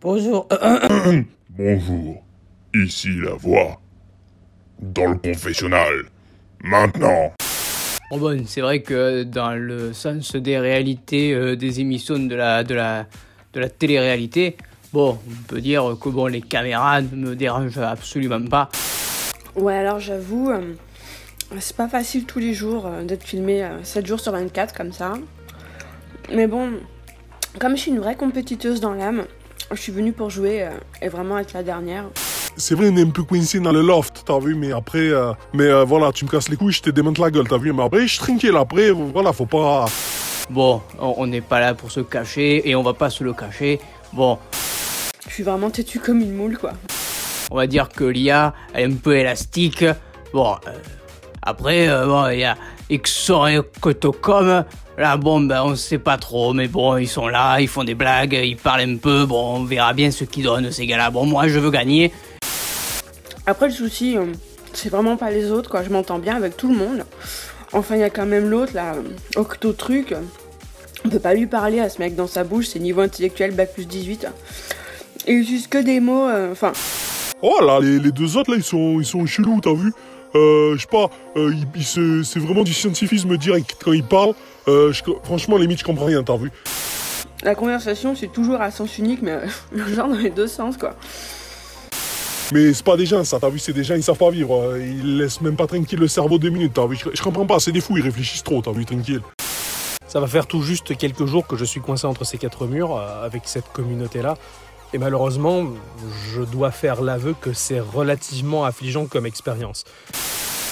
Bonjour. Bonjour, ici la voix. Dans le confessionnal. Maintenant. Bon, bon, c'est vrai que dans le sens des réalités euh, des émissions de la, de la, de la télé-réalité, bon, on peut dire que bon, les caméras ne me dérangent absolument pas. Ouais, alors j'avoue, euh, c'est pas facile tous les jours euh, d'être filmé euh, 7 jours sur 24 comme ça. Mais bon, comme je suis une vraie compétiteuse dans l'âme, je suis venue pour jouer euh, et vraiment être la dernière. C'est vrai, on est un peu coincé dans le loft, t'as vu, mais après, euh, mais euh, voilà, tu me casses les couilles, je te démonte la gueule, t'as vu, mais après, je suis tranquille, après, voilà, faut pas. Bon, on on n'est pas là pour se cacher et on va pas se le cacher. Bon, Je suis vraiment têtue comme une moule, quoi. on va dire que l'IA, elle est un peu élastique. Bon, euh, après, euh, bon, il y a XOR et Cotocom. Là, bon, ben, on sait pas trop, mais bon, ils sont là, ils font des blagues, ils parlent un peu. Bon, on verra bien ce qu'ils donnent, ces gars-là. Bon, moi, je veux gagner. Après, le souci, euh, c'est vraiment pas les autres, quoi. Je m'entends bien avec tout le monde. Enfin, il y a quand même l'autre, là, euh, Octo Truc. On peut pas lui parler à ce mec dans sa bouche, c'est niveau intellectuel, bac plus 18. Et il utilise que des mots, euh, enfin, Oh là, les, les deux autres, là, ils sont, ils sont chelous, t'as vu, euh, je sais pas, euh, ils- ils se- c'est vraiment du scientifisme direct quand ils parlent, euh, je- franchement, limite, je comprends rien, t'as vu. La conversation, c'est toujours à sens unique, mais euh, genre dans les deux sens, quoi. Mais c'est pas des gens, ça, t'as vu, c'est des gens, ils savent pas vivre, euh, ils laissent même pas tranquille le cerveau deux minutes, t'as vu, je, je comprends pas, c'est des fous, ils réfléchissent trop, t'as vu, tranquille. Ça va faire tout juste quelques jours que je suis coincé entre ces quatre murs, euh, avec cette communauté-là. Et malheureusement, je dois faire l'aveu que c'est relativement affligeant comme expérience.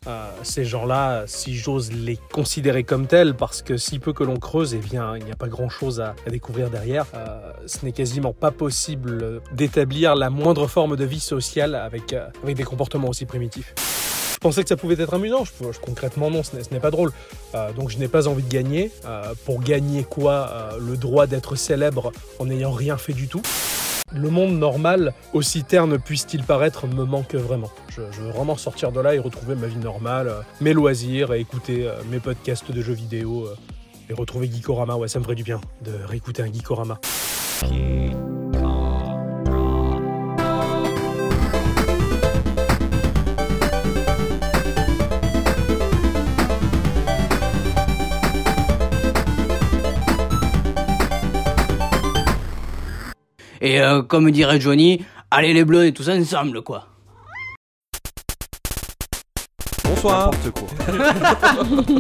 Euh, ces gens-là, si j'ose les considérer comme tels, parce que si peu que l'on creuse, eh bien, il n'y a pas grand-chose à, à découvrir derrière. Euh, ce n'est quasiment pas possible d'établir la moindre forme de vie sociale avec, euh, avec des comportements aussi primitifs. Je pensais que ça pouvait être amusant, je- je- concrètement non, ce n'est- ce n'est pas drôle. Euh, donc je n'ai pas envie de gagner. Euh, pour gagner quoi Euh, Le droit d'être célèbre en n'ayant rien fait du tout le monde normal, aussi terne puisse-t-il paraître, me manque vraiment. Je, je veux vraiment sortir de là et retrouver ma vie normale, euh, mes loisirs, et écouter euh, mes podcasts de jeux vidéo, euh, et retrouver Geekorama. Ouais, ça me ferait du bien de réécouter un Geekorama. Et euh, comme dirait Johnny, allez les bleus et tous ensemble, quoi. Bonsoir.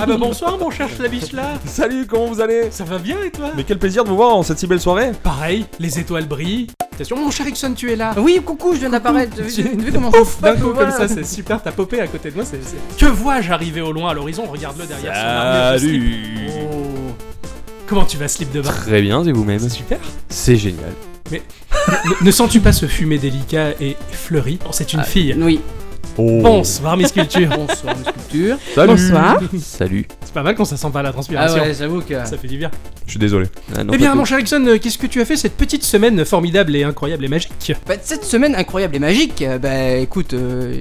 Ah bah bonsoir mon cher là Salut, comment vous allez Ça va bien et toi Mais quel plaisir de vous voir en cette si belle soirée Pareil, les étoiles brillent. T'es sûr Mon cher Ixon, tu es là Oui, coucou, je viens d'apparaître. T'as Tu- vu- t'as vu comment Pouf D'un coup Voilà. comme ça, c'est super, t'as popé à côté de moi, c'est... c'est- Que vois-je arriver au loin à l'horizon Regarde-le derrière son armure de Salut. slip. Oh. Comment tu vas, slip de bain Très bien, et vous-même Super C'est génial. Ne, ne sens-tu pas ce fumet délicat et fleuri Oh, C'est une Ah, fille Oui, Bonsoir Miss Culture Bonsoir, mes sculptures. Salut. Bonsoir. Salut. C'est pas mal quand ça sent pas la Ah transpiration ouais, j'avoue que. Ça fait du bien. Je suis désolé. Ah non, eh pas bien, tout. mon cher Ixon, euh, qu'est-ce que tu as fait cette petite semaine formidable et incroyable et magique Bah, cette semaine incroyable et magique, euh, bah écoute, euh,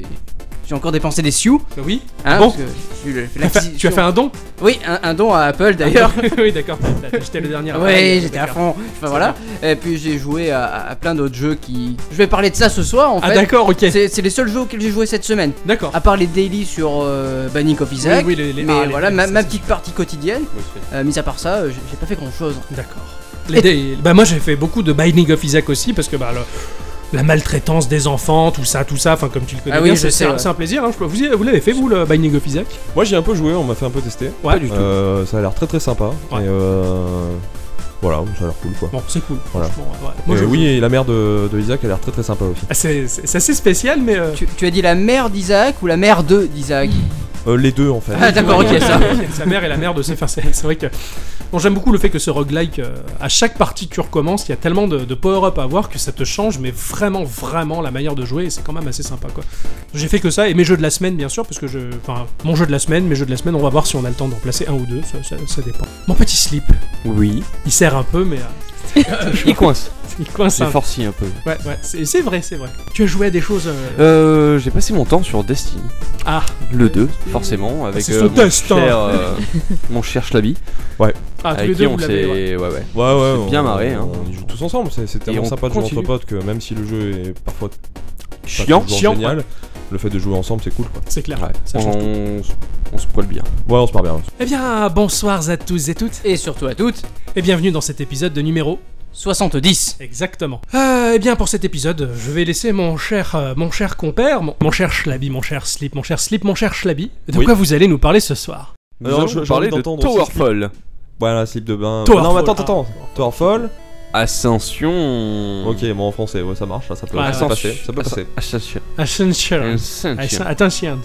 j'ai encore dépensé des sioux. Oui Hein, Bon. parce que j'ai eu le- Tu as fait- Tu as fait un don Oui, un, un don à Apple d'ailleurs. oui, d'accord. J'étais le dernier. oui, j'étais à fond. Enfin, voilà. Et puis j'ai joué à, à- à plein d'autres jeux qui. Je vais parler de ça ce soir en Ah, fait. d'accord, ok. C'est c'est les seuls jeux auxquels j'ai joué cette semaine. D'accord. À part les daily sur euh, Banning of Oui, Isaac. oui, les- les- mais ah, les- voilà, ma, ça, ma ça, petite partie quotidienne. euh, mis à part ça, euh, j'ai j'ai pas fait grand chose. ça. D'accord. Les dé- Bah, moi, j'ai fait beaucoup de Binding of Isaac aussi parce que bah, le- la maltraitance des enfants, tout ça, tout ça, enfin, comme tu le connais, Ah oui, bien, je c'est- sais, c'est un- ouais. c'est un plaisir. hein, je peux- Vous, y- vous l'avez fait, vous, le Binding of Isaac Moi j'ai un peu joué, on m'a fait un peu tester. Ouais, du Euh, ça a l'air très très sympa. Et euh, voilà, ça a l'air cool quoi. Bon, c'est cool. Voilà. franchement, ouais, ouais. Moi, Et je- oui, et la mère de, de Isaac a l'air très très sympa aussi. Ah, C'est c'est- c'est assez spécial, mais. euh, Tu, tu as dit la mère d'Isaac ou la mère de d'Isaac Euh, les deux en fait. Ah, d'accord, ok, ça. Euh, Sa mère et la mère de ses. Enfin, c'est c'est vrai que. Bon, j'aime beaucoup le fait que ce roguelike, euh, à chaque partie que tu recommences, il y a tellement de, de power-up à avoir que ça te change, mais vraiment, vraiment la manière de jouer, et c'est quand même assez sympa, quoi. J'ai fait que ça, et mes jeux de la semaine, bien sûr, parce que je. Enfin, mon jeu de la semaine, mes jeux de la semaine, on va voir si on a le temps d'en placer un ou deux, ça, ça- ça dépend. Mon petit slip, Oui. il sert un peu, mais. euh, Il coince. Il coince J'ai un forci un peu. Ouais, ouais, c'est c'est vrai, c'est vrai. Tu as joué à des choses. euh, Euh, j'ai passé mon temps sur Destiny. Ah, Le 2, forcément, avec C'est son mon, destin. cher, euh, mon cher Schlabi, ah tous les avec deux, qui on vous l'avez. ouais. s'est... Ouais, ouais. Ouais, ouais. C'est bien marré, hein. On y joue tous ensemble. C'est c'est tellement on sympa de jouer entre continue. potes que même si le jeu est parfois pas Chiant, toujours chiant, génial, le fait de jouer ensemble, c'est cool, quoi. C'est clair. Ouais, Ça change on, s- on se poil bien. Ouais, on se marre bien. Eh bien, bonsoir à tous et toutes, Et surtout à toutes, et bienvenue dans cet épisode de numéro 70. Exactement. Euh, eh bien, pour cet épisode, je vais laisser mon cher, euh, mon cher compère, mon, mon cher Schlabi, mon cher Slip, mon cher Slip, mon cher Schlabi, de Oui. quoi vous allez nous parler ce soir Nous Alors, allons je parler parlais de d'entendre aussi Towerfall. Voilà, slip de bain. Towerfall. Non, mais attends, attends, attends. Towerfall. Ascension. Ok, bon, en français, ouais, ça marche, ça, ça peut, Ouais, ça peut ouais. passer. Ça peut passer. Ascension. euh, Ascension. Ascension. Asc- Attention.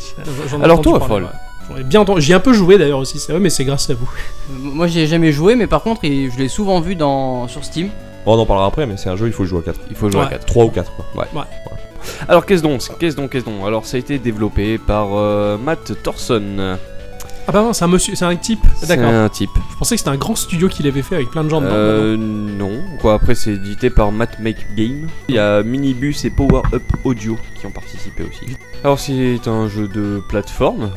J'en ai Alors, entendu toi, parler, Paul. ouais. J'en ai bien entendu- J'y ai un peu joué d'ailleurs aussi, c'est vrai, mais c'est grâce à vous. Moi j'y ai jamais joué, mais par contre il- je l'ai souvent vu dans, sur Steam. Bon, on en parlera après, mais c'est un jeu, il faut jouer à 4. Il faut jouer Ouais. à 4. 3 ou 4, quoi. Alors, qu'est-ce donc Qu'est-ce donc Qu'est-ce donc Alors, ça a été développé par euh, Matt Thorson. Ah bah non, c'est un monsieur, c'est un type. C'est D'accord. un type. Je pensais que c'était un grand studio qu'il avait fait avec plein de gens dedans. Euh, non. Quoi, après, c'est édité par Matt Make Game. Il y a Minibus et Power Up Audio qui ont participé aussi. Alors, c'est un jeu de plateforme.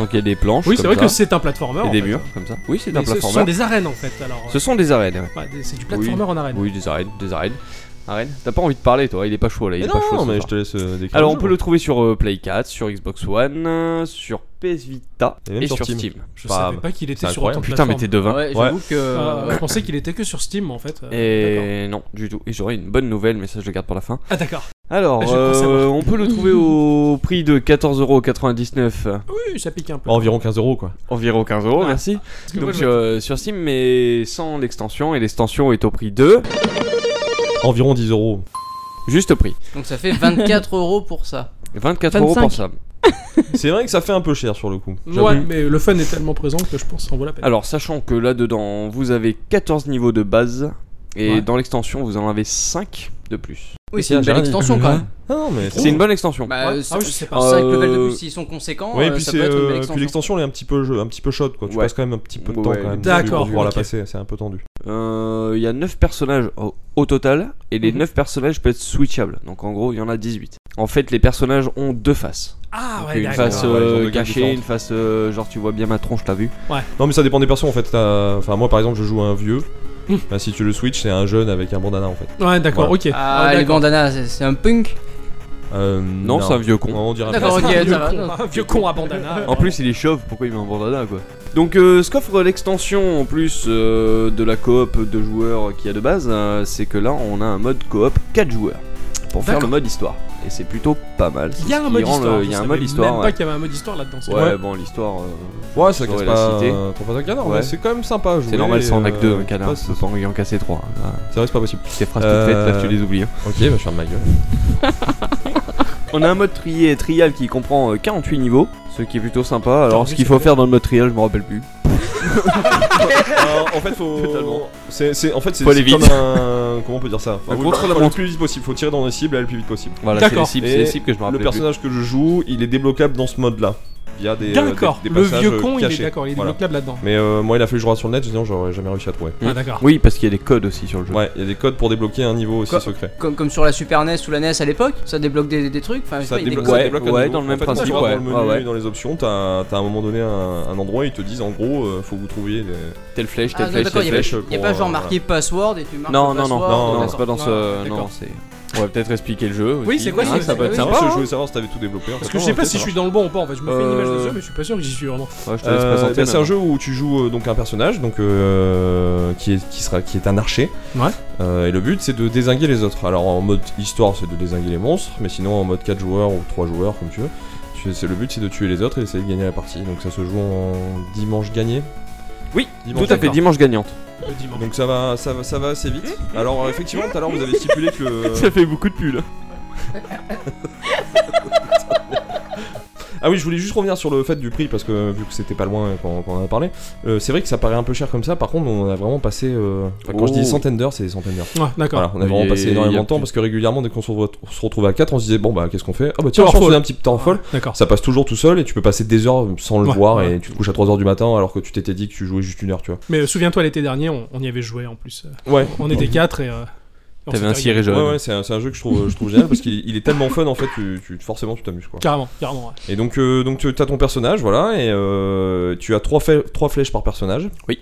Donc, il y a des planches. oui, c'est comme vrai que ça, c'est un platformer. Et en des fait. murs, comme ça. Oui, c'est Mais un ce sont platformer. des arènes en fait. Alors, euh. Ce sont des arènes, ouais. ouais, des- c'est du platformer en arène. Oui, des arènes, des arènes. Arène. T'as pas envie de parler, toi, il est pas chaud là, il Mais est pas chaud. non, ce mais soir. je te laisse euh, décrire. Alors, on jeu. peut le trouver sur euh, Play 4, sur Xbox One, euh, sur PS Vita Et même et sur sur Steam. Steam. Je Bah, savais pas qu'il était sur autant incroyable. de Putain, mais plateformes. t'es devin. Ouais, j'avoue que. Euh, je pensais qu'il était que sur Steam en fait. Euh, Et non, du tout. Et j'aurais une bonne nouvelle, mais ça je le garde pour la fin. d'accord. Ah d'accord. Alors, Je crois euh, savoir. on peut le trouver au prix de 14,99€. Oui, ça pique un Bah, peu. Environ 15 euros, quoi. Environ 15€, euros, Ah, merci. Parce que moi, Donc je- euh, sur Steam, mais sans l'extension. Et l'extension est au prix de. Environ 10 euros. Juste prix. Donc ça fait 24 euros pour ça. 24€ euros pour 25. ça. C'est vrai que ça fait un peu cher sur le coup. J'avoue. Ouais, mais le fun est tellement présent que je pense que ça en vaut la peine. Alors, sachant que là-dedans, vous avez 14 niveaux de base, et Ouais. dans l'extension, vous en avez 5 de plus. Oui, c'est une belle extension quand Mhm. même. Ah non, mais C'est une bonne extension. Bah, Ouais. c'est- Ah oui, je sais pas. cinq Euh, levels de plus, s'ils sont conséquents, Oui, euh, puis ça c'est peut être une belle euh, puis extension. l'extension elle est un petit peu jeu- un petit peu shot quoi. Tu Ouais. passes quand même un petit peu de temps Ouais. quand même dessus D'accord, pour pouvoir ok. la passer, c'est un peu tendu. Euh, Il y a 9 personnages au, au total, et les Mhm. 9 personnages peuvent être switchables. Donc en gros, il y en a 18. En fait, les personnages ont deux faces. Ah Donc, ouais, une d'accord. face Ouais, euh, ils ont deux gueules cachée, différentes. une face euh, genre tu vois bien ma tronche, t'as vu Non mais ça dépend des persos en fait. T'as- Enfin moi par exemple je joue à un vieux. Hum. Hmm. Bah, si tu le switches c'est un jeune avec un bandana en fait. Ouais, d'accord, Voilà. ok. Ah, les d'accord. bandanas, c'est- c'est un punk Euh, Non, c'est un vieux con. Non, on dirait D'accord, pas ça. ok, vieux, ça va, con, non. un vieux con à bandana. En plus, il est chauve, pourquoi il met un bandana quoi Donc, euh, ce qu'offre l'extension en plus euh, de la coop de joueurs qu'il y a de base, euh, c'est que là on a un mode coop 4 joueurs pour faire D'accord. le mode histoire. Et c'est plutôt pas mal. C'est Il y a ce un qui mode rend le- histoire. Il y je a un savais mode histoire. Même Ouais, pas qu'il y avait un mode histoire là-dedans. c'est Ouais, vrai. bon, l'histoire. euh, Ouais, ça J'aurais casse la pas cité. euh, ton pote à canard, Ouais. mais c'est quand même sympa à jouer. C'est normal, c'est en euh, acte 2 un ouais, canard. c'est- On peut pas en casser 3. C'est vrai, c'est pas possible. Ces phrases toutes faites, là tu les oublies. hein. Ok, bah je ferme ma gueule. On a un mode trié, trial qui comprend euh, 48 niveaux, ce qui est plutôt sympa. en Alors, ce plus, qu'il c'est faut vrai. faire dans le mode trial, je me rappelle plus. Alors, en fait, faut. Totalement. C'est, c'est- en fait, c'est, Faut aller c'est vite. comme un. Comment on peut dire ça Enfin, Un faut- contrôle à faut montre. le plus vite possible. Faut tirer dans les cibles et aller le plus vite possible. Voilà, c'est les D'accord. cibles, c'est les Et cibles que je me Le rappelle. plus. personnage que je joue, il est débloquable dans ce mode-là. Via des. euh, D'accord, des- des le passages, vieux euh, con, il est cachés. d'accord, il est Voilà. bloquable là-dedans. Mais euh, moi, il a fallu que je regarde sur le net, sinon j'aurais jamais réussi à trouver. Mm. Ah d'accord. Hmm. Oui, parce qu'il y a des codes aussi sur le jeu. Ouais, il y a des codes pour débloquer un niveau aussi Quoi secret. comme, comme sur la Super NES ou la NES à l'époque, ça débloque des, des trucs. Enfin, je sais Ça pas, il Ah, débloque- débloque, ça ouais, débloque un ouais, niveau. dans le même En fait, quand tu principe, vas ouais, Dans le menu ouais, ouais. et dans les options, t'as, t'as à un moment donné un, un endroit, ils te disent en gros, euh, faut que vous trouviez. des- Telle flèche, telle Ah, non, flèche, d'accord, telle il y a, flèche. pas- il y a pour, pas euh, genre voilà. marqué password et tu marques Non, le non, non, password, non, non, d'accord. c'est pas dans Non, ce. d'accord. Non, c'est. On va peut-être expliquer le jeu. Oui, aussi, c'est quoi, hein, c'est- Ça peut être oui, C'est sympa. vrai, je hein. voulais savoir si t'avais tout débloqué. en Parce fait. que je Non, sais pas ok, si ça je marche. suis dans le bon ou pas en fait, je me fais une image de Euh, ça, mais je suis pas sûr que j'y suis vraiment. Ouais, je te laisse Euh, présenter. bah, c'est un maintenant. jeu où tu joues euh, donc un personnage donc euh, qui est qui sera qui est un archer. Ouais. Euh, et le but c'est de désinguer les autres. Alors en mode histoire c'est de désinguer les monstres, mais sinon en mode 4 joueurs ou 3 joueurs comme tu veux. tu- C'est le but c'est de tuer les autres et d'essayer de gagner la partie. Donc ça se joue en dimanche gagné. Oui, Dimanche tout à fait, d'accord. dimanche gagnante. Le dimanche. Donc ça va ça va ça va assez vite. Alors euh, effectivement tout à l'heure vous avez stipulé que euh, le- hein. fait beaucoup de pulls. Ah oui, je voulais juste revenir sur le fait du prix parce que vu que c'était pas loin euh, quand, quand on en a parlé, euh, c'est vrai que ça paraît un peu cher comme ça. Par contre, on a vraiment passé. euh, enfin, quand je Oh. dis centaines d'heures, c'est des centaines d'heures. Ouais, d'accord. Voilà, on a Il vraiment y a- passé il y énormément a de temps plus- parce que régulièrement, dès qu'on se, revoit- on se retrouvait à 4, on se disait bon bah qu'est-ce qu'on fait Ah bah tiens, Powerful. on faisait un petit temps folle. D'accord. Ça passe toujours tout seul et tu peux passer des heures sans le Ouais, voir ouais. et tu te couches à 3 heures du matin alors que tu t'étais dit que tu jouais juste une heure, tu vois. Mais euh, souviens-toi, l'été dernier, on, on y avait joué en plus. Euh, Ouais. On était quatre et. euh, on T'avais s'était un régalé. ciré jaune. Ouais, ouais, c'est un, c'est un jeu que je trouve, je trouve génial parce qu'il il est tellement fun en fait, tu, tu- forcément tu t'amuses quoi. Carrément, carrément. ouais. Et donc, euh, donc tu as ton personnage, voilà, et euh, tu as trois, fe- trois flèches par personnage. Oui.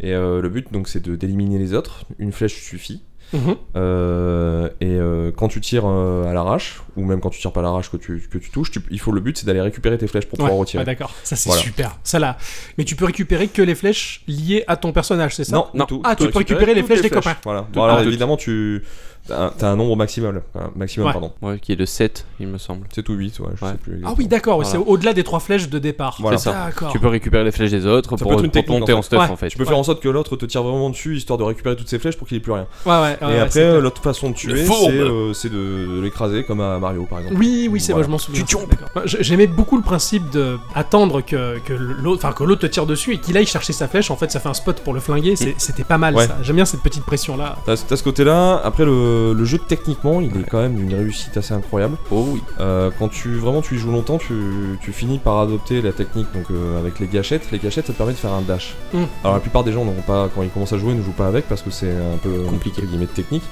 Et euh, le but donc c'est de d'éliminer les autres. Une flèche suffit. Mhm. Euh, et euh, quand tu tires euh, à l'arrache, ou même quand tu tires pas à l'arrache que tu, que tu touches, tu- il faut le but c'est d'aller récupérer tes flèches pour Ouais, Ah, pouvoir retirer. ouais, d'accord. Ça, c'est Voilà. super. Ça, là. Mais tu peux récupérer que les flèches liées à ton personnage, c'est ça Non, Non. tout- Ah, tout tu peux récupérer les toutes flèches des copains. Voilà. Tout- Bon, alors, ah, tout- évidemment tu t'as un- t'as un nombre maximal, un maximum Ouais. pardon. Ouais, qui est de 7, il me semble. C'est tout 8, ouais, je Ouais. sais plus. Ah exactement. oui, d'accord. oui, Voilà. C'est au-delà des trois flèches de départ. Voilà. C'est ça. D'accord. Tu peux récupérer les flèches des autres Ah. Ça pour, peut être une pour te technique, monter en en stuff Ouais. en fait. Tu peux faire en sorte que l'autre te tire vraiment dessus histoire de récupérer toutes ses flèches pour qu'il ait plus rien. Ouais, ouais, Ah ouais, et ouais, après, euh, c'est clair. l'autre façon de tuer, fourbe. c'est euh, c'est de, de l'écraser comme à Mario par exemple. Oui, oui, c'est moi, Voilà. je m'en souviens. D'accord. Moi, je- J'aimais beaucoup le principe de attendre que, que l'autre enfin, que l'autre te tire dessus et qu'il aille chercher sa flèche. En fait, ça fait un spot pour le flinguer. C'est- C'était pas mal, Ouais. ça. J'aime bien cette petite pression-là. T'as t'as ce côté-là. Après, le, le jeu techniquement, il est quand même d'une réussite assez incroyable. Oh oui. Euh, quand tu vraiment tu y joues longtemps, tu, tu finis par adopter la technique donc euh, avec les gâchettes. Les gâchettes, ça te permet de faire un dash. Mm. Alors la plupart des gens n'ont pas quand ils commencent à jouer, ne jouent pas avec parce que c'est un peu compliqué guillemets de technique.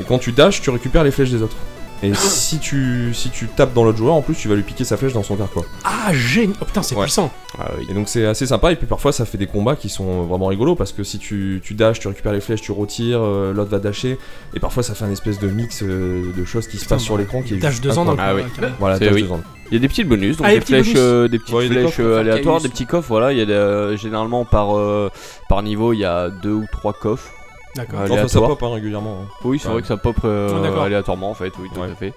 Et quand tu dash, tu récupères les flèches des autres. Et si tu si tu tapes dans l'autre joueur, en plus, tu vas lui piquer sa flèche dans son carquois. Ah, génial. Oh putain, c'est Ouais. puissant. Ah oui. Et donc c'est assez sympa et puis parfois ça fait des combats qui sont vraiment rigolos parce que si tu, tu dashes, tu récupères les flèches, tu retires, euh, l'autre va dasher et parfois ça fait un espèce de mix euh, de choses qui se Putain, passent sur l'écran qui est Tâche juste deux ans dans le incroyable. Ah coin, oui. ouais, carrément. Voilà, C'est tâche oui. deux ans. Il y a des petites bonus, donc Ah, des les petits flèches, bonus. euh, des petites Ouais, des flèches coffres, euh, enfin, aléatoires, Caius. des petits coffres. Voilà, il y a euh, généralement par euh, par niveau, il y a deux ou trois coffres. D'accord. Ouais. Enfin, ça Aléatoire. pop hein, régulièrement. hein. Oui, c'est Ouais. vrai que ça pop euh, Ah, d'accord. aléatoirement en fait. Oui, tout Ouais. à fait.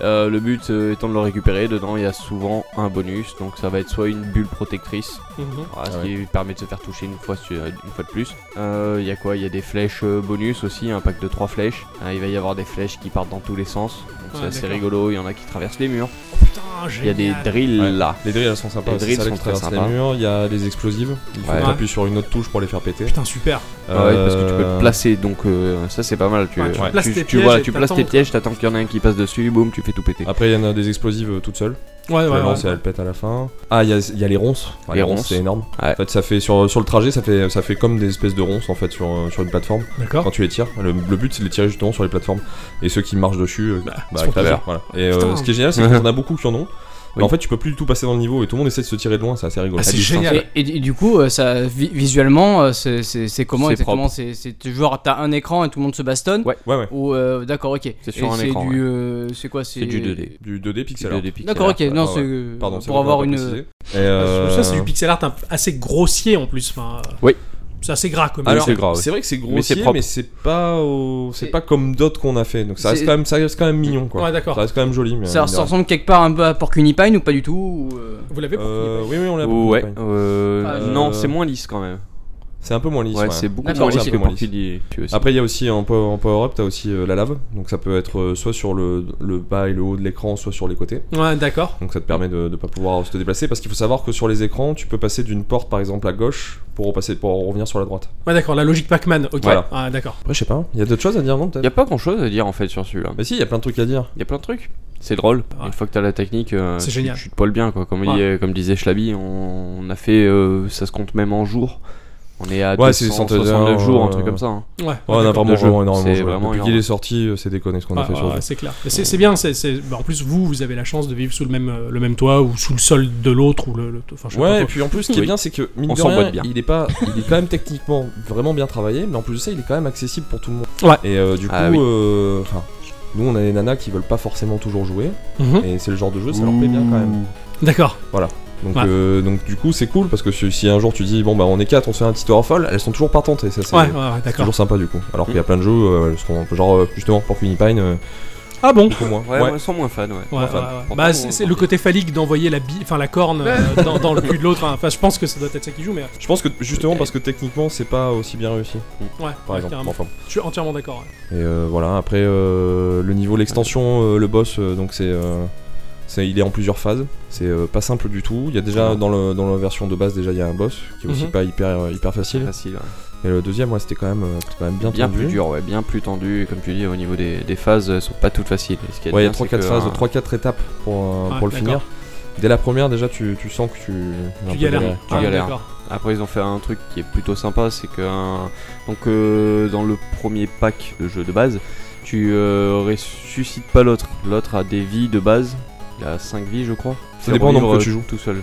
Euh, le but euh, étant de le récupérer. Dedans, il y a souvent un bonus, donc ça va être soit une bulle protectrice, Mhm. voilà, Ah ce qui permet de se faire toucher une fois sur- une fois de plus. Euh, Il y a quoi Il y a des flèches euh, bonus aussi, un pack de trois flèches. Ah, il va y avoir des flèches qui partent dans tous les sens. Donc Ouais, c'est assez Ah, d'accord. rigolo. Il y en a qui traversent les murs. Putain, Il y a génial. des drills Ouais. là. Les drills elles sont sympas. Les c'est drills ça, sont qui très traversent les sympas. murs, il y a les explosives. Il faut Ouais. Ah que t'appuies sur une autre touche pour les faire péter. Putain, super. Ouais, parce que tu peux Euh, te placer, donc euh, ça c'est pas mal. Tu, Ouais, tu tu- places tes tu- tu pièges voilà, et tu places tes t'attends. pièges, t'attends qu'il y en ait un qui passe dessus, boum, tu fais tout péter. Après, il y en a des explosives euh, toutes seules. Ouais, ouais, Tu ouais. les lances et elles pètent à la fin. Ah, il y, a- il y a les ronces. Enfin, Les ronces. c'est énorme. Ouais. En fait, ça fait sur, sur le trajet, ça fait, ça fait comme des espèces de ronces en fait sur, euh, sur une plateforme. D'accord. quand tu les tires. Le, le but c'est de les tirer justement sur les plateformes. Et ceux qui marchent dessus, euh, bah, c'est pour clavère, voilà. Et euh, Putain. ce qui est génial, c'est qu'on en a beaucoup qui en ont. Mais Oui. en fait, tu peux plus du tout passer dans le niveau et tout le monde essaie de se tirer de loin, c'est assez rigolo. Ah, c'est À distance. génial. Et, et- et du coup, euh, ça, vi- visuellement, euh, c'est- c'est c'est comment C'est exactement propre. C'est c'est- genre t'as un écran et tout le monde se bastonne Ouais. Ouais, ouais. Ou euh, d'accord, ok. C'est sur Et un écran, du, ouais. euh, c'est quoi C'est du 2D. Du 2D C'est Ah pixel. le art. dépique. D'accord, ok. Ouais, Non, ouais. c'est Pardon, c'est pour vrai avoir qu'on l'a une. pas précisé. Et, euh, Ça, c'est du pixel art un- assez grossier en plus. Enfin, euh, Oui. C'est assez gras comme. Alors, c'est gras, ouais. Ah, c'est vrai que c'est c'est grossier, propre. mais c'est pas, au- c'est Et- pas comme d'autres qu'on a fait. Donc ça reste C'est- quand même, ça reste quand même mignon, quoi. Ouais, d'accord. Ça reste quand même joli, mais. Ça, mine de ça rien. ressemble quelque part un peu à Porcupine ou pas du tout ou, euh, Vous l'avez Euh, oui, oui, on l'a. beaucoup Ouais. fait. euh, Ah, je- Non, c'est moins lisse quand même. C'est un peu moins lisse. Ouais, ouais. c'est beaucoup D'accord, moins lisse ok. que Moins lisse. Porcupine. puis aussi. Après, il y a aussi en, po- en power-up, t'as aussi euh, la lave. Donc ça peut être euh, soit sur le, le bas et le haut de l'écran, soit sur les côtés. Ouais, d'accord. Donc ça te permet de ne pas pouvoir se déplacer parce qu'il faut savoir que sur les écrans, tu peux passer d'une porte par exemple à gauche pour repasser pour revenir sur la droite. Ouais, d'accord. La logique Pac-Man. Ok. Voilà. Ah, d'accord. Après, je sais pas, il y a d'autres choses à dire non Il y peut-être a pas grand chose à dire en fait sur celui-là. Mais si, il y a plein de trucs à dire. Il y a plein de trucs. C'est drôle. Ouais. Une fois que t'as la technique, euh, C'est tu- génial. tu te poiles bien quoi. Comme, il- Ouais. euh, comme disait Schlaby, on, on a fait, euh, ça se compte même en jours. On est à Ouais, c'est 269 jours, un euh, truc comme ça. hein. Ouais. Ouais, on a d'accord. vraiment, De jeu. vraiment énormément C'est joué. vraiment Depuis qu'il énorme. est sorti, euh, c'est déconné ce qu'on a Ah, fait sur ah, le jeu. c'est clair. Mais C'est c'est bien. c'est c'est- bah, en plus, vous, vous avez la chance de vivre sous le même, euh, le même toit ou sous le sol de l'autre ou le. le- enfin, je sais Ouais, et pas trop. puis en plus, ce qui est Oui. bien, c'est que mine On de s'emboîte rien, bien. il est pas, il est quand même techniquement vraiment bien travaillé, mais en plus de ça, il est quand même accessible pour tout le monde. Ouais. Et euh, du coup, Ah oui. euh, enfin, nous on a des nanas qui veulent pas forcément toujours jouer, Mhm. et c'est le genre de jeu, ça leur plaît bien quand même. D'accord. Donc, Mmh. Ouais. euh, donc du coup c'est cool parce que si, si un jour tu dis bon bah on est quatre on se fait un petit tour folle, elles sont toujours partantes et ça c'est Ouais, ouais, ouais, c'est d'accord. Mmh. toujours sympa du coup. Alors qu'il y a plein de jeux euh, elles seront un peu genre euh, justement pour Pine euh, Ah bon. beaucoup moins. Ouais. Ouais, ouais, ils sont moins fans, ouais. Ouais, ouais, Enfin, ouais. pourtant, Bah, c'est on- c'est le côté phallique d'envoyer la bille, enfin la corne euh, dans, dans le cul de l'autre. hein. Enfin, je pense que ça doit être ça qui joue, mais euh, Je pense que justement parce que techniquement c'est pas aussi bien réussi ouais, par ouais, exemple. carrément. Enfin, Je suis entièrement d'accord. ouais. et euh, voilà après euh, le niveau l'extension euh, le boss euh, donc c'est euh, C'est- Il est en plusieurs phases, c'est euh, pas simple du tout. Il y a déjà dans, le, dans la version de base déjà il y a un boss qui est aussi Mhm. pas hyper euh, hyper facile. Facile. ouais. Et le deuxième ouais c'était quand même euh, c'était quand même bien, Bien tendu. plus dur, ouais, bien plus tendu. Et Comme tu dis, au niveau des, des phases, elles sont pas toutes faciles. Et Ce qui est Ouais il y a bien, trois c'est quatre que euh, hein. phases, un- trois quatre étapes pour, euh, Ouais, pour le d'accord. finir. Dès la première déjà tu, tu sens que tu un Tu peu galères. galère. Ah, Tu galères. d'accord. Après, ils ont fait un truc qui est plutôt sympa, c'est que un- donc euh, dans le premier pack de jeu de base, tu euh, ressuscites pas l'autre. L'autre a des vies de base. Il a 5 vies, je crois. Ça dépend du nombre Survivre, que tu euh, joues. tout seul.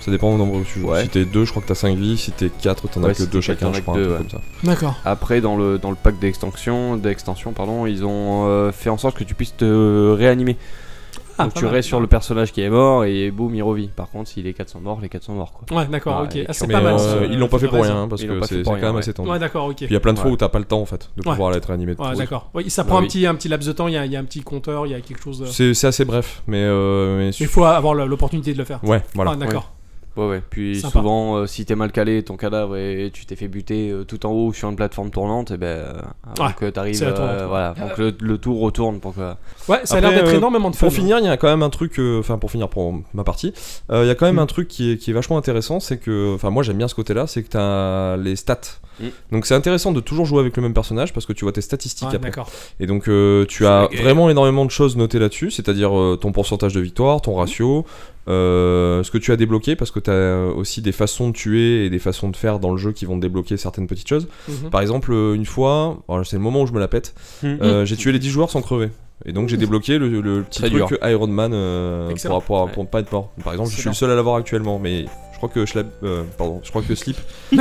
Ça dépend du nombre que tu joues. Ouais. Si t'es deux je crois que t'as 5 vies, si t'es 4 t'en as Ouais, que si deux t'es quatre, chacun t'en je as que crois un deux, truc ouais. comme ça. D'accord. Après, dans le, dans le pack d'extension, d'extension pardon, ils ont euh, fait en sorte que tu puisses te réanimer. Ah, donc pas tu mal. restes sur le personnage qui est mort et boum, il revit. Par contre, s'il est 400 morts, les 400 morts quoi. Ouais, d'accord, Ah, ok. et Ah, c'est puis Mais pas mal. euh, ça. ils l'ont pas fait pour rien hein, parce Ils que l'ont pas c'est fait c'est pour quand rien, même ouais. assez tendu. Ouais, d'accord, ok. Puis euh, il y a plein de fois Ouais. où t'as pas le temps en fait de Ouais. pouvoir être animé. de Ouais, tout. d'accord. Oui, ça Bah prend un, oui. petit, un petit laps de temps, il y, a- il y a un petit compteur, il y a quelque chose. de- C'est c'est assez bref, mais, euh, mais Il faut avoir le- l'opportunité de le faire. ouais voilà. Ah, d'accord. Ouais, ouais. Puis Sympa. souvent, euh, si t'es mal calé, ton cadavre et tu t'es fait buter euh, tout en haut sur une plateforme tournante, et ben euh, avant Ouais, que t'arrives, c'est la tournante, euh, ouais. voilà, donc le, le tour retourne pour que. Ouais, ça a l'air Après, d'être euh, énormément de fun. Pour finir, il y a quand même un truc, euh, enfin pour finir pour ma partie, euh, il y a quand même un truc qui est, qui est vachement intéressant, c'est que, enfin moi j'aime bien ce côté-là, c'est que t'as les stats. Mm. Donc c'est intéressant de toujours jouer avec le même personnage parce que tu vois tes statistiques Ouais, après. d'accord. Et donc euh, tu as vraiment énormément de choses notées là-dessus, c'est-à-dire euh, ton pourcentage de victoire, ton ratio, euh, ce que tu as débloqué, parce que tu as aussi des façons de tuer et des façons de faire dans le jeu qui vont te débloquer certaines petites choses. Mhm. Par exemple, euh, une fois, alors, c'est le moment où je me la pète, Mmh. euh, j'ai tué les 10 joueurs sans crever. Et donc j'ai débloqué le, le petit Très truc dur. Iron Man euh, pour, Excellent. pour- pour ne pas être mort. Par exemple, je suis le seul à l'avoir actuellement, mais je crois que Schlab, euh, pardon, je crois que Sleep,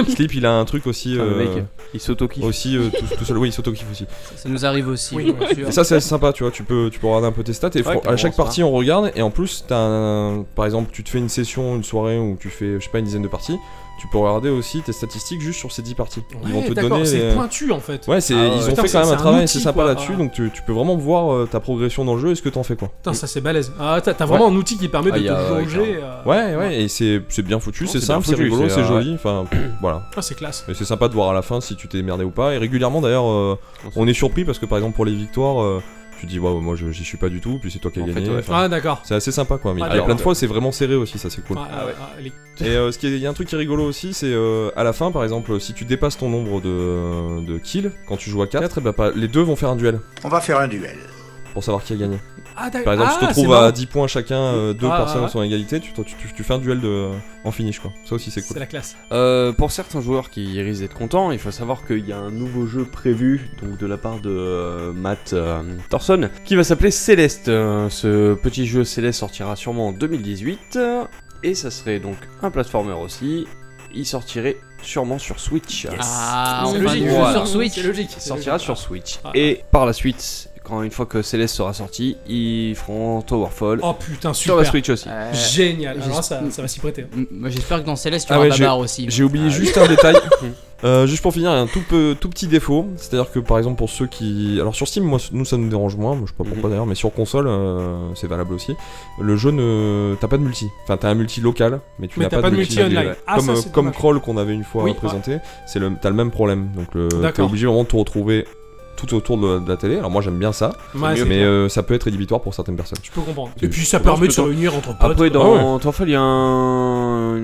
Sleep, il a un truc aussi, Ah, le euh, mec, il s'auto-kiffe. aussi euh, tout, tout seul. Oui, il s'auto-kiffe aussi. Ça nous arrive aussi, Oui, bien sûr. Et ça c'est assez sympa, tu vois, tu peux, tu peux regarder un peu tes stats et Ouais, fr- puis on à chaque commence partie on regarde et en plus t'as un- par exemple tu te fais une session, une soirée où tu fais je sais pas une dizaine de parties, tu peux regarder aussi tes statistiques juste sur ces 10 parties. Ils vont Ouais, te d'accord, donner C'est les- pointu en fait. Ouais, c'est Ah ouais. ils ont Putain, fait c'est- quand même c'est un un travail outil, assez sympa quoi. là-dessus, donc tu, tu peux vraiment voir euh, ta progression dans le jeu et ce que t'en fais quoi. Putain, ça c'est balèze. Ah, t'as t'as vraiment un outil qui permet Ah, de y a, te ouais, jauger. euh, Ouais, ouais, et c'est c'est bien foutu, Non, c'est c'est bien simple, c'est foutu, rigolo, c'est, c'est euh, joli, enfin voilà. Ah, c'est classe. Et c'est sympa de voir à la fin si tu t'es merdé ou pas. Et régulièrement d'ailleurs, euh, on est surpris parce que par exemple pour les victoires, euh, tu dis waouh, moi je- j'y suis pas du tout, puis c'est toi qui as En fait, gagné. ouais. enfin, Ah, d'accord. C'est assez sympa quoi, mais Ah, il y a d'accord. plein de fois c'est vraiment serré aussi, ça c'est cool. Ah, ah, ah, les- Et euh, ce qui est- il y a un truc qui est rigolo aussi, c'est euh, à la fin par exemple, si tu dépasses ton nombre de, de kills, quand tu joues à 4, les deux vont faire un duel On va faire un duel. pour savoir qui a gagné. Ah, d'accord. Par exemple, si tu Ah, te c'est retrouves marrant. à 10 points chacun, euh, deux Ah, personnes ouais. sont à égalité, tu, tu- tu- tu fais un duel de, euh, en finish quoi. Ça aussi c'est C'est cool. la classe. Euh, pour certains joueurs qui risquent d'être contents, il faut savoir qu'il y a un nouveau jeu prévu donc de la part de euh, Matt euh, Thorson qui va s'appeler Céleste. Euh, ce petit jeu Céleste sortira sûrement en 2018 euh, et ça serait donc un platformer aussi. Il sortirait sûrement sur Switch. Ah, C'est enfin, logique, du jeu voilà. sur Switch. C'est logique. Il sortira sur Switch. Ah. Et par la suite, quand une fois que Céleste sera sorti, ils feront Towerfall Oh putain, sur la super. Switch aussi. Euh, Génial. Alors J'espère- ça, ça va s'y prêter. m- moi, J'espère que dans Céleste, tu Ah auras ouais, j'ai- Babar aussi. J'ai oublié Ah, juste un détail. Euh, juste pour finir, il y a un tout, peu- tout petit défaut, c'est-à-dire que par exemple pour ceux qui... Alors sur Steam, moi, nous ça nous dérange moins, moi, je sais pas Mhm. pourquoi d'ailleurs, mais sur console, euh, c'est valable aussi. Le jeu ne... T'as pas de multi. Enfin, t'as un multi local, mais tu Mais n'as t'as pas, pas de multi online. ouais. Ah, comme ça, euh, c'est comme dommage. Crawl qu'on avait une fois Oui, présenté, c'est le... t'as le même problème. Donc le... t'es D'accord. obligé vraiment de te retrouver tout autour de la, de la télé. Alors moi j'aime bien ça, Ouais, c'est- mais euh, ça peut être rédhibitoire pour certaines personnes. Je peux comprendre. C'est- Et puis ça je pense permet de que se dans- réunir entre potes. Ah quoi. Après, dans Towerfall, il y a un,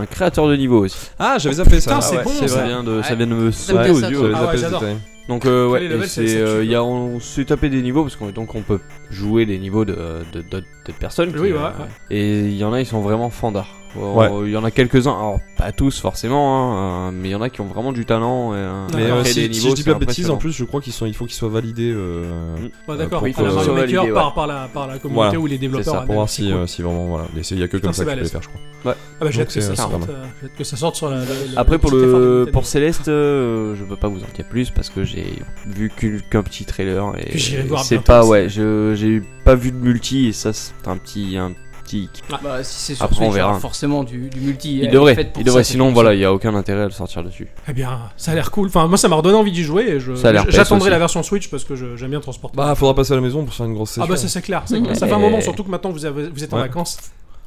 un créateur de niveau aussi. Ah, j'avais zappé ça. Putain, c'est ouais. bon, Ça ça. vient de, ça Ouais. vient de me Ça me sauter casse aux ça, yeux. toi. J'avais Ah zappé ouais, ce j'adore. détail. Donc euh, ouais, Les et levels, ça- c'est, ça euh, tue, y a- on s'est tapé des niveaux parce qu'on donc on peut jouer des niveaux de de- d'autres d'autres personnes. Oui, qui, ouais, euh, ouais. Et il y en a, ils sont vraiment fandards. Alors, Il y en a quelques-uns, alors pas tous forcément, hein, euh, mais il y en a qui ont vraiment du talent. Et, euh, Mais, Mais D'accord. euh, créer si, des si niveaux, je dis c'est pas de bêtises, impressionnant. en plus, je crois qu'ils sont, il faut qu'ils soient validés euh, Mm. Ouais, Ah, d'accord. pour- Il faut pour- Mario pour Maker valider, par, par, la, par la communauté Voilà, ou les développeurs. ça, ouais, pour voir Ah, mais c'est si, cool. euh, si vraiment voilà. Mais c'est- Il y a que Putain, comme ça c'est que tu peux les balèze. faire, je crois. Ah bah, j'ai hâte donc que c'est- ça c'est pas sorte. mal. euh, j'ai hâte que ça sorte sur la. le- euh, le- Après pour petit effort de le Nintendo. pour Céleste, euh, je peux pas vous en dire plus parce que j'ai vu qu'une- qu'un petit trailer et Que j'irai voir c'est bientôt pas aussi. ouais, je j'ai pas vu de multi et ça c'est un petit un petit Bah, si c'est sur Après, on Switch, il y aura verra. forcément du, du multi. Il Elle est devrait, faite pour il devrait. ça, Sinon, cette voilà, il y a aucun intérêt à le sortir dessus. Eh bien, ça a l'air cool. Enfin, moi, ça m'a redonné envie d'y jouer. et je- Ça a l'air PS J'attendrai aussi. la version Switch parce que je- j'aime bien transporter. Bah, faudra passer à la maison pour faire une grosse session. ah bah ça c'est clair, c'est clair. Ça fait un Ouais. moment surtout que maintenant vous, avez- vous êtes en Ouais. vacances.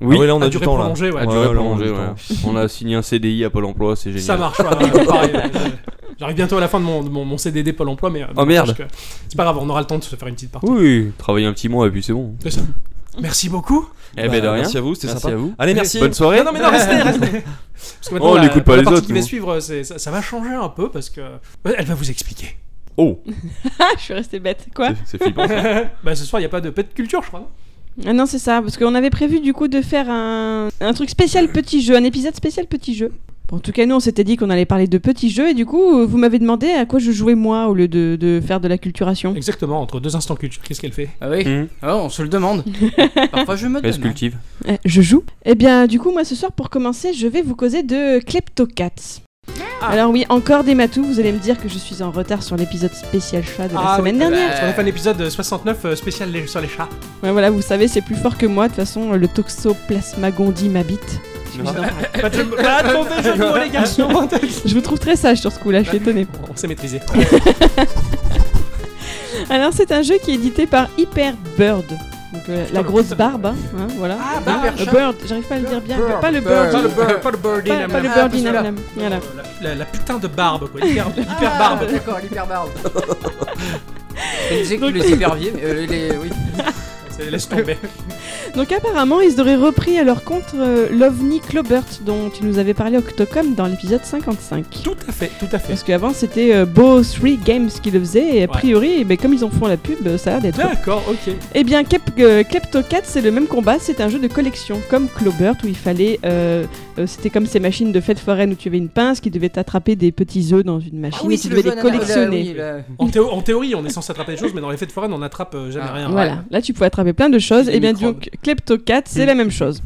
Oui. Ah ouais, là on à a du durée temps là. prolongée, ouais. À À Ouais, durée là, on a prolongée, du ouais. temps. On a signé un CDI à Pôle Emploi, c'est génial. Ça marche. ouais, pareil, euh, J'arrive bientôt à la fin de mon, de mon, mon CDD Pôle Emploi, mais euh, Oh, merde. n'empêche que C'est pas grave, on aura le temps de se faire une petite partie. Oui, travailler un petit mois et puis c'est bon. C'est ça. Merci beaucoup. Eh ben de rien. Merci à vous, c'était Merci sympa. à vous. Allez, merci. Bonne soirée. Non, non, mais non, restez, restez. Parce que maintenant, Oh, on la- n'écoute pas la les partie autres, qui va nous. suivre, c'est- ça, ça va changer un peu parce que elle va vous expliquer. Oh, Ah, je suis restée bête. Quoi c'est- c'est flippant. ça. Bah ce soir, il y a pas de pet culture, je crois. non Ah non, c'est ça, parce qu'on avait prévu du coup de faire un, un truc spécial petit jeu, un épisode spécial petit jeu. Bon, en tout cas, nous, on s'était dit qu'on allait parler de petits jeux, et du coup, euh, vous m'avez demandé à quoi je jouais moi au lieu de, de faire de la culturation. Exactement. Entre deux instants culture, qu'est-ce qu'elle fait Ah oui Hmm. Ah, On se le demande. Parfois je me Elle se demande. cultive. Eh, je joue. Eh bien, du coup, moi, ce soir, pour commencer, je vais vous causer de Kleptocats. Ah. Alors oui, encore des matous, vous allez me dire que je suis en retard sur l'épisode spécial chat de la Ah, semaine oui, dernière. Parce qu'on a fait un épisode 69 euh, spécial les- sur les chats. Ouais, voilà, vous savez, c'est plus fort que moi, de toute façon, le toxoplasma gondii m'habite. Je, vous- Pas de jeu- pas trop de jeu de mots, les garçons. je vous trouve très sage sur ce coup-là, je suis étonnée. On s'est maîtrisé. Alors c'est un jeu qui est édité par Hyper Bird. Donc euh, la grosse barbe, hein, hein, voilà. Ah, bah, Euh, Bird, j'arrive pas à le dire bien. Bird, pas le Bird. Bird. pas le bird, pas le birdie, Pas, nam, pas le nam. Ah, Birdie, parce que nam, là- nam. Voilà. Euh, la, la putain de barbe, quoi. Hyper, hyper barbe. bah, D'accord, l'hyperbarbe. Je disais que tous les hyperviers, mais euh, les, oui. C'est- Laisse tomber. Donc apparemment, ils auraient repris à leur compte euh, l'OVNI Clobert dont tu nous avais parlé Octocom dans l'épisode 55. Tout à fait, tout à fait. Parce qu'avant, c'était euh, Bo 3 Games qui le faisait, et a priori, eh ben, comme ils en font la pub, euh, ça a l'air d'être D'accord, ok. Eh bien, Kep- euh, Kleptocat, c'est le même combat, c'est un jeu de collection, comme Clobert, où il fallait. euh, euh, C'était comme ces machines de fête foraine où tu avais une pince qui devait t'attraper des petits œufs dans une machine Ah et tu devais les collectionner. En, théo- en théorie, on est censé attraper des choses, mais dans les fêtes foraines, on n'attrape euh, jamais Ah, rien. Voilà, là tu pouvais attraper plein de choses. Des Et bien microbes. donc, Kleptocat, c'est la même chose.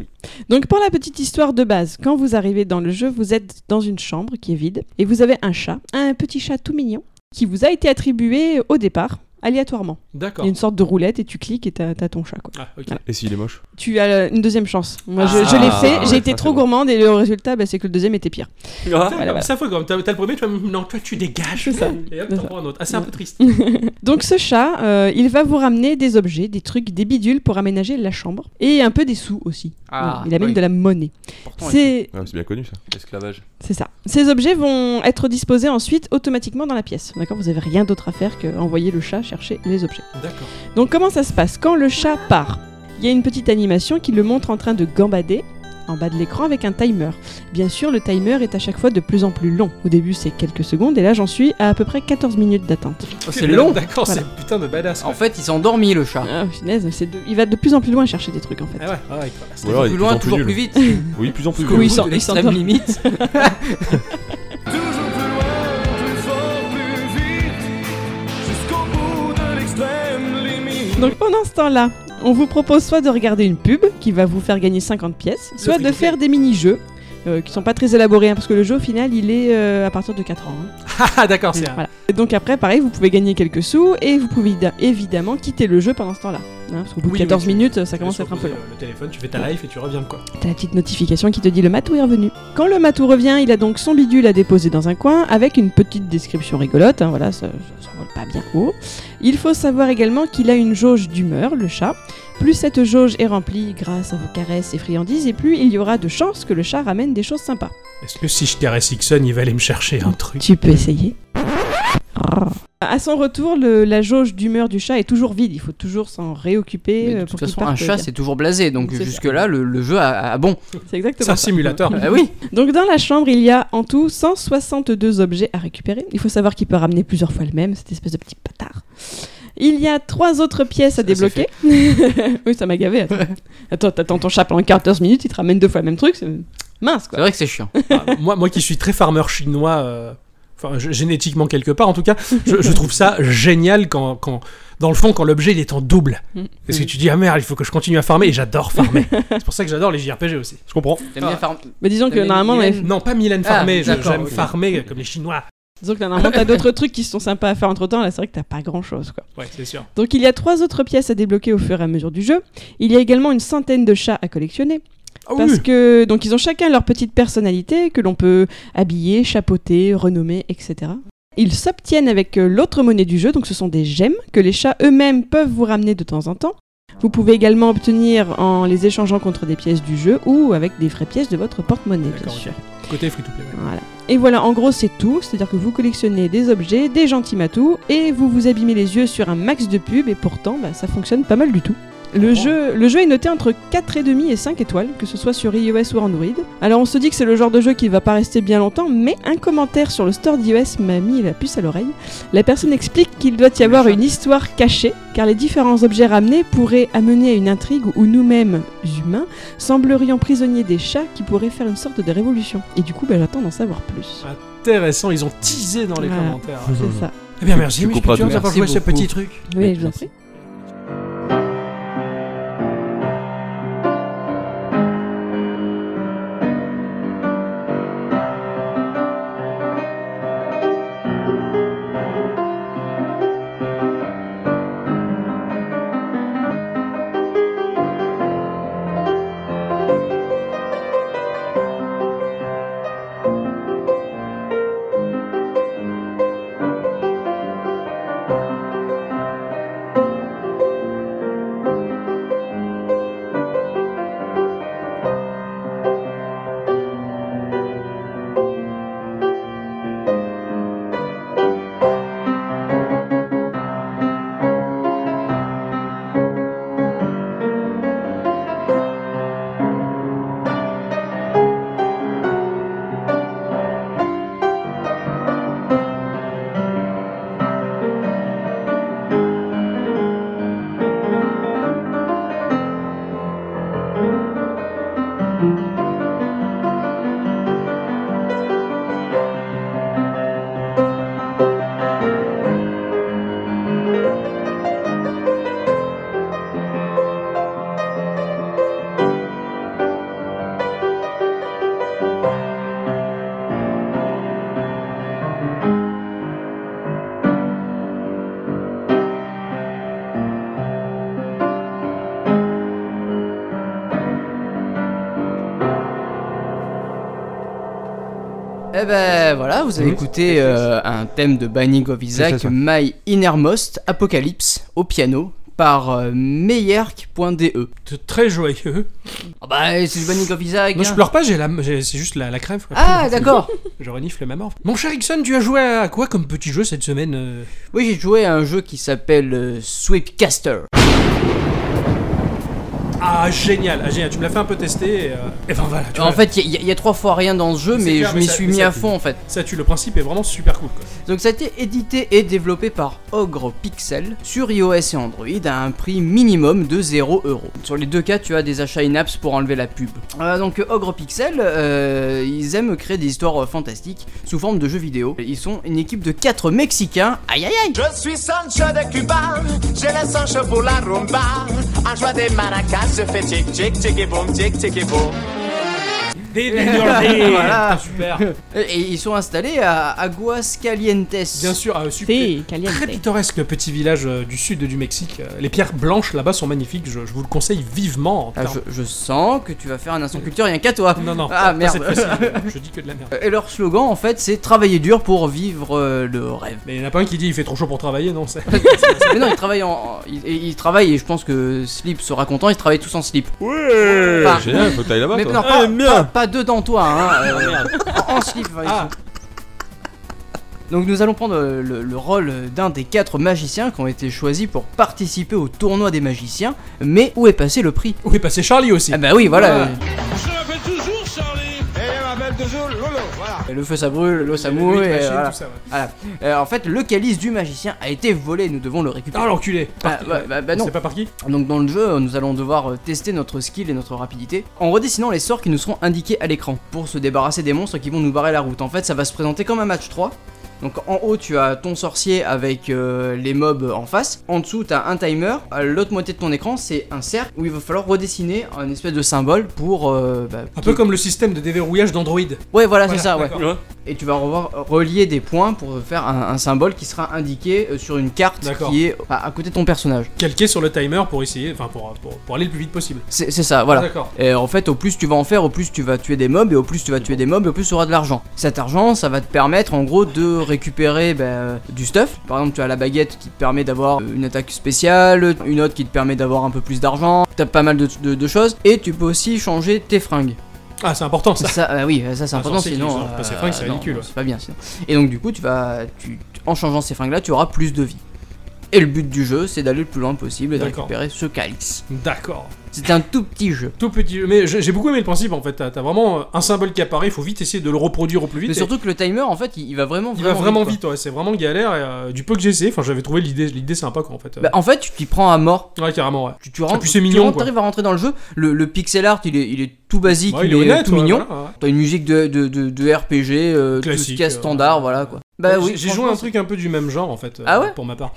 Donc pour la petite histoire de base, quand vous arrivez dans le jeu, vous êtes dans une chambre qui est vide et vous avez un chat, un petit chat tout mignon, qui vous a été attribué au départ, aléatoirement. Il y D'accord. a une sorte de roulette et tu cliques et t'as t'as ton chat quoi. Ah, ok. Et s'il est moche tu as euh, une deuxième chance. Moi, je, Ah, je l'ai fait, ouais, j'ai été ça, trop c'est bon. gourmande et le résultat, bah, c'est que le deuxième était pire. Putain, Oh, Voilà, comme voilà. Ça faut comme t'as t'as le premier, tu vas non toi tu dégages ça. et hop C'est t'en ça. prends un autre. Ah c'est un peu triste. Donc ce chat, euh, il va vous ramener des objets, des trucs, des bidules pour aménager la chambre et un peu des sous aussi. Ah, Voilà, Ah, il amène de la monnaie. C'est Ouais, Ah, c'est bien connu ça. Esclavage. c'est ça. Ces objets vont être disposés ensuite automatiquement dans la pièce. D'accord, vous avez rien d'autre à faire que envoyer le chat chercher les objets. D'accord. Donc comment ça se passe Quand le chat part, il y a une petite animation qui le montre en train de gambader en bas de l'écran avec un timer. Bien sûr, le timer est à chaque fois de plus en plus long. Au début, c'est quelques secondes et là, j'en suis à à peu près 14 minutes d'attente. c'est long. D'accord, Oh, Voilà. c'est putain de badass. En fait, il s'est endormi le chat. Ah, punaise, c'est de- il va de plus en plus loin chercher des trucs en fait. Ah ouais, ah ouais, quoi. Ou alors, il est plus de loin, en toujours nul. plus vite. Oui, plus en plus. Parce qu'au Oui, nul. il bout s'en- de il l'extrême s'endort. limite. Donc pendant ce temps-là, on vous propose soit de regarder une pub qui va vous faire gagner 50 pièces, soit de fricoter. faire des mini-jeux. euh, qui sont pas très élaborés hein, parce que le jeu au final il est euh, à partir de 4 ans. hein. Ah d'accord, c'est un... Voilà. Et donc après, pareil, vous pouvez gagner quelques sous et vous pouvez évi- évidemment quitter le jeu pendant ce temps-là. hein, parce qu'au bout Oui, de 14 oui, minutes, ça commence à être un peu long. euh, Le téléphone, tu fais ta life et tu reviens quoi. T'as la petite notification qui te dit le matou est revenu. Quand le matou revient, il a donc son bidule à déposer dans un coin avec une petite description rigolote. hein, voilà, ça, ça, ça vole pas bien haut. Il faut savoir également qu'il a une jauge d'humeur, le chat. Plus cette jauge est remplie grâce à vos caresses et friandises, et plus il y aura de chances que le chat ramène des choses sympas. Est-ce que si je caresse Ixon, il va aller me chercher un truc Tu peux essayer. Ah. À son retour, le- la jauge d'humeur du chat est toujours vide. Il faut toujours s'en réoccuper. Mais de euh, pour toute qu'il façon, parte, un euh, chat, bien. c'est toujours blasé. Donc C'est ça. jusque-là, le, le jeu a, a- bon. c'est exactement C'est un ça. simulateur. Ah oui. Donc dans la chambre, il y a en tout 162 objets à récupérer. Il faut savoir qu'il peut ramener plusieurs fois le même, cette espèce de petit patard. Il y a trois autres pièces à débloquer. oui, ça m'a gavé. Attends, Attends, t'attends ton chat pendant 14 minutes, il te ramène deux fois le même truc. c'est Mince, C'est quoi. vrai que c'est chiant. Ah, moi, moi qui suis très farmer chinois, euh, enfin g- génétiquement quelque part en tout cas, je, je trouve ça génial quand, quand, dans le fond, quand l'objet il est en double. Mm. Parce que tu dis, ah merde, il faut que je continue à farmer et j'adore farmer. c'est pour ça que j'adore les JRPG aussi. Je comprends. T'aimes Ah. bien faire- Mais disons que T'aimes bien normalement, on avait- Mylène Non, pas Mylène Ah, farmer, je- d'accord, j'aime ok. farmer comme les Chinois. disons que là, normalement, t'as d'autres trucs qui sont sympas à faire entre temps. Là, c'est vrai que t'as pas grand chose, quoi. Ouais, c'est sûr. Donc il y a trois autres pièces à débloquer au fur et à mesure du jeu. Il y a également une centaine de chats à collectionner. Ah oui. Parce que donc ils ont chacun leur petite personnalité que l'on peut habiller, chapeauter, renommer, etc. Ils s'obtiennent avec euh, l'autre monnaie du jeu, donc ce sont des gemmes que les chats eux-mêmes peuvent vous ramener de temps en temps. Vous pouvez également obtenir en les échangeant contre des pièces du jeu ou avec des vraies pièces de votre porte-monnaie, bien D'accord, ok. sûr. Côté free to play. ouais. Voilà. Et voilà, en gros, c'est tout. C'est-à-dire que vous collectionnez des objets, des gentils matous, et vous vous abîmez les yeux sur un max de pubs, et pourtant, bah, ça fonctionne pas mal du tout. Le jeu, le jeu est noté entre 4,5 et 5 étoiles, que ce soit sur iOS ou Android. Alors on se dit que c'est le genre de jeu qui va pas rester bien longtemps, mais un commentaire sur le store d'iOS m'a mis la puce à l'oreille. La personne explique qu'il doit y avoir une histoire cachée, car les différents objets ramenés pourraient amener à une intrigue où nous-mêmes, humains, semblerions prisonniers des chats qui pourraient faire une sorte de révolution. Et du coup, bah, j'attends d'en savoir plus. Intéressant, ils ont teasé dans les Voilà. commentaires. C'est ça. Eh bien, merci, Miss comprends Culture, tout. d'avoir Merci joué ce beaucoup. petit truc. Oui, je vous en prie. Eh ben voilà, vous avez Mhm. écouté euh, un thème de Binding of C'est Isaac, ça. My Innermost Apocalypse, au piano, par euh, meyerk.de. C'est Très joyeux. Ah bah, c'est du Binding of Isaac. Non, je hein. pleure pas, j'ai la, j'ai- c'est juste la, la crève. quoi. Ah d'accord. Je renifle ma mort. Mon cher Ixon, tu as joué à quoi comme petit jeu cette semaine euh Oui, j'ai joué à un jeu qui s'appelle euh, Sweepcaster. Ah, génial, ah, génial. Tu me l'as fait un peu tester. Et, euh, et ben voilà, tu En vois, fait, il y, a- y a trois fois rien dans ce jeu, C'est mais clair, je mais m'y ça- suis mais mis ça à tue. fond en fait. ça tue. Le principe est vraiment super cool. Quoi. Donc ça a été édité et développé par Ogre Pixel sur iOS et Android à un prix minimum de 0€. Sur les deux cas, tu as des achats in-apps pour enlever la pub. Euh, donc Ogre Pixel, euh, ils aiment créer des histoires euh, fantastiques sous forme de jeux vidéo. Ils sont une équipe de 4 Mexicains. Aïe aïe aïe Je suis Sancho de Cuba, j'ai le Sancho pour la rumba. En joie des maracas, je fais tic tic tic et boum, tic tic et boum. Des Voilà. super. Et, et ils sont installés à Aguascalientes. Bien sûr, ah, super. C'est Très caliente. pittoresque petit village euh, du sud du Mexique. Euh, Les pierres blanches là-bas sont magnifiques. Je, je vous le conseille vivement. en Ah, termes- je, je sens que tu vas faire un instant culture, rien qu'à toi. Non, non. Ah, pas merde. cette fois-ci. je dis que de la merde. Et leur slogan, en fait, c'est travailler dur pour vivre euh, le rêve. Mais il y en a pas un qui dit il fait trop chaud pour travailler, non c'est- Mais non, ils travaillent en. en- Ils, ils travaillent et je pense que Slip sera content, ils travaillent tous en slip. Ouais Enfin, Génial, faut que t'ailles là-bas, Mais Euh, toi. non, pas, pas, pas dedans toi, hein. euh, en en slip. enfin, ils Ah. sont- Donc nous allons prendre euh, le, le rôle d'un des quatre magiciens qui ont été choisis pour participer au tournoi des magiciens, mais où est passé le prix Oui, bah c'est Charlie aussi. Ah bah oui, voilà. Ouais. Et Le feu ça brûle, l'eau ça mouille. Lui, et machine, voilà. tout ça, ouais. Euh, en fait, le calice du magicien a été volé, nous devons le récupérer. Ah l'enculé. Par Ah, qui bah, bah, bah On non. sait pas par qui Donc dans le jeu, nous allons devoir euh, tester notre skill et notre rapidité en redessinant les sorts qui nous seront indiqués à l'écran pour se débarrasser des monstres qui vont nous barrer la route. En fait, ça va se présenter comme un match 3. Donc en haut, tu as ton sorcier avec euh, les mobs en face. En dessous, tu as un timer. À L'autre moitié de ton écran, c'est un cercle où il va falloir redessiner un espèce de symbole pour... euh, bah, Un qui- peu comme le système de déverrouillage d'Android. Ouais, voilà, Voilà, c'est ça, ouais. d'accord. Et tu vas revoir euh, relier des points pour faire un, un symbole qui sera indiqué euh, sur une carte D'accord. qui est bah, à, à côté de ton personnage. Calqué sur le timer pour essayer, enfin pour, pour, pour aller le plus vite possible. Ah, C'est c'est ça, voilà. D'accord. Et en fait, au plus tu vas en faire, au plus tu vas tuer des mobs, et au plus tu vas tuer des mobs, et au plus tu auras de l'argent. Cet argent, ça va te permettre en gros de récupérer ben, euh, du stuff. Par exemple, tu as la baguette qui te permet d'avoir euh, une attaque spéciale, une autre qui te permet d'avoir un peu plus d'argent. T'as pas mal de, de- de choses, et tu peux aussi changer tes fringues. Ah, c'est important ça. Ça, euh, oui, ça c'est Ah, important, censé qu'ils sinon. euh, ont pas ces fringues, c'est non, ridicule, non, ouais. C'est pas bien sinon. Et donc, du coup, tu vas, tu, en changeant ces fringues là, tu auras plus de vie. Et le but du jeu, c'est d'aller le plus loin possible et de D'accord. récupérer ce calice. D'accord. C'est un tout petit jeu. Tout petit. Mais j'ai j'ai beaucoup aimé le principe en fait. T'as t'as vraiment euh, un symbole qui apparaît, il faut vite essayer de le reproduire au plus vite. Mais et surtout que le timer, en fait, il, il va vraiment, il va vraiment, vraiment vite, vite, ouais, c'est vraiment galère. et, euh, du peu que j'ai essayé, enfin j'avais trouvé l'idée l'idée sympa quoi en fait. euh. quoi. Bah, en fait, tu t'y prends à mort. ouais, carrément, ouais. Tu, tu rentres, puis c'est tu mignon, rentres, quoi. t'arrives à rentrer dans le jeu. Le, le pixel art, il est, il est tout basique, Ouais, il, est, euh, tout ouais, mignon. voilà, ouais. T'as une musique de, de, de, de RPG, euh, tout ce Classique, qu'il y a euh, standard, voilà quoi. Bah J'ai- oui, J'ai joué un truc un peu du même genre en fait. euh, Ah ouais Pour ma part.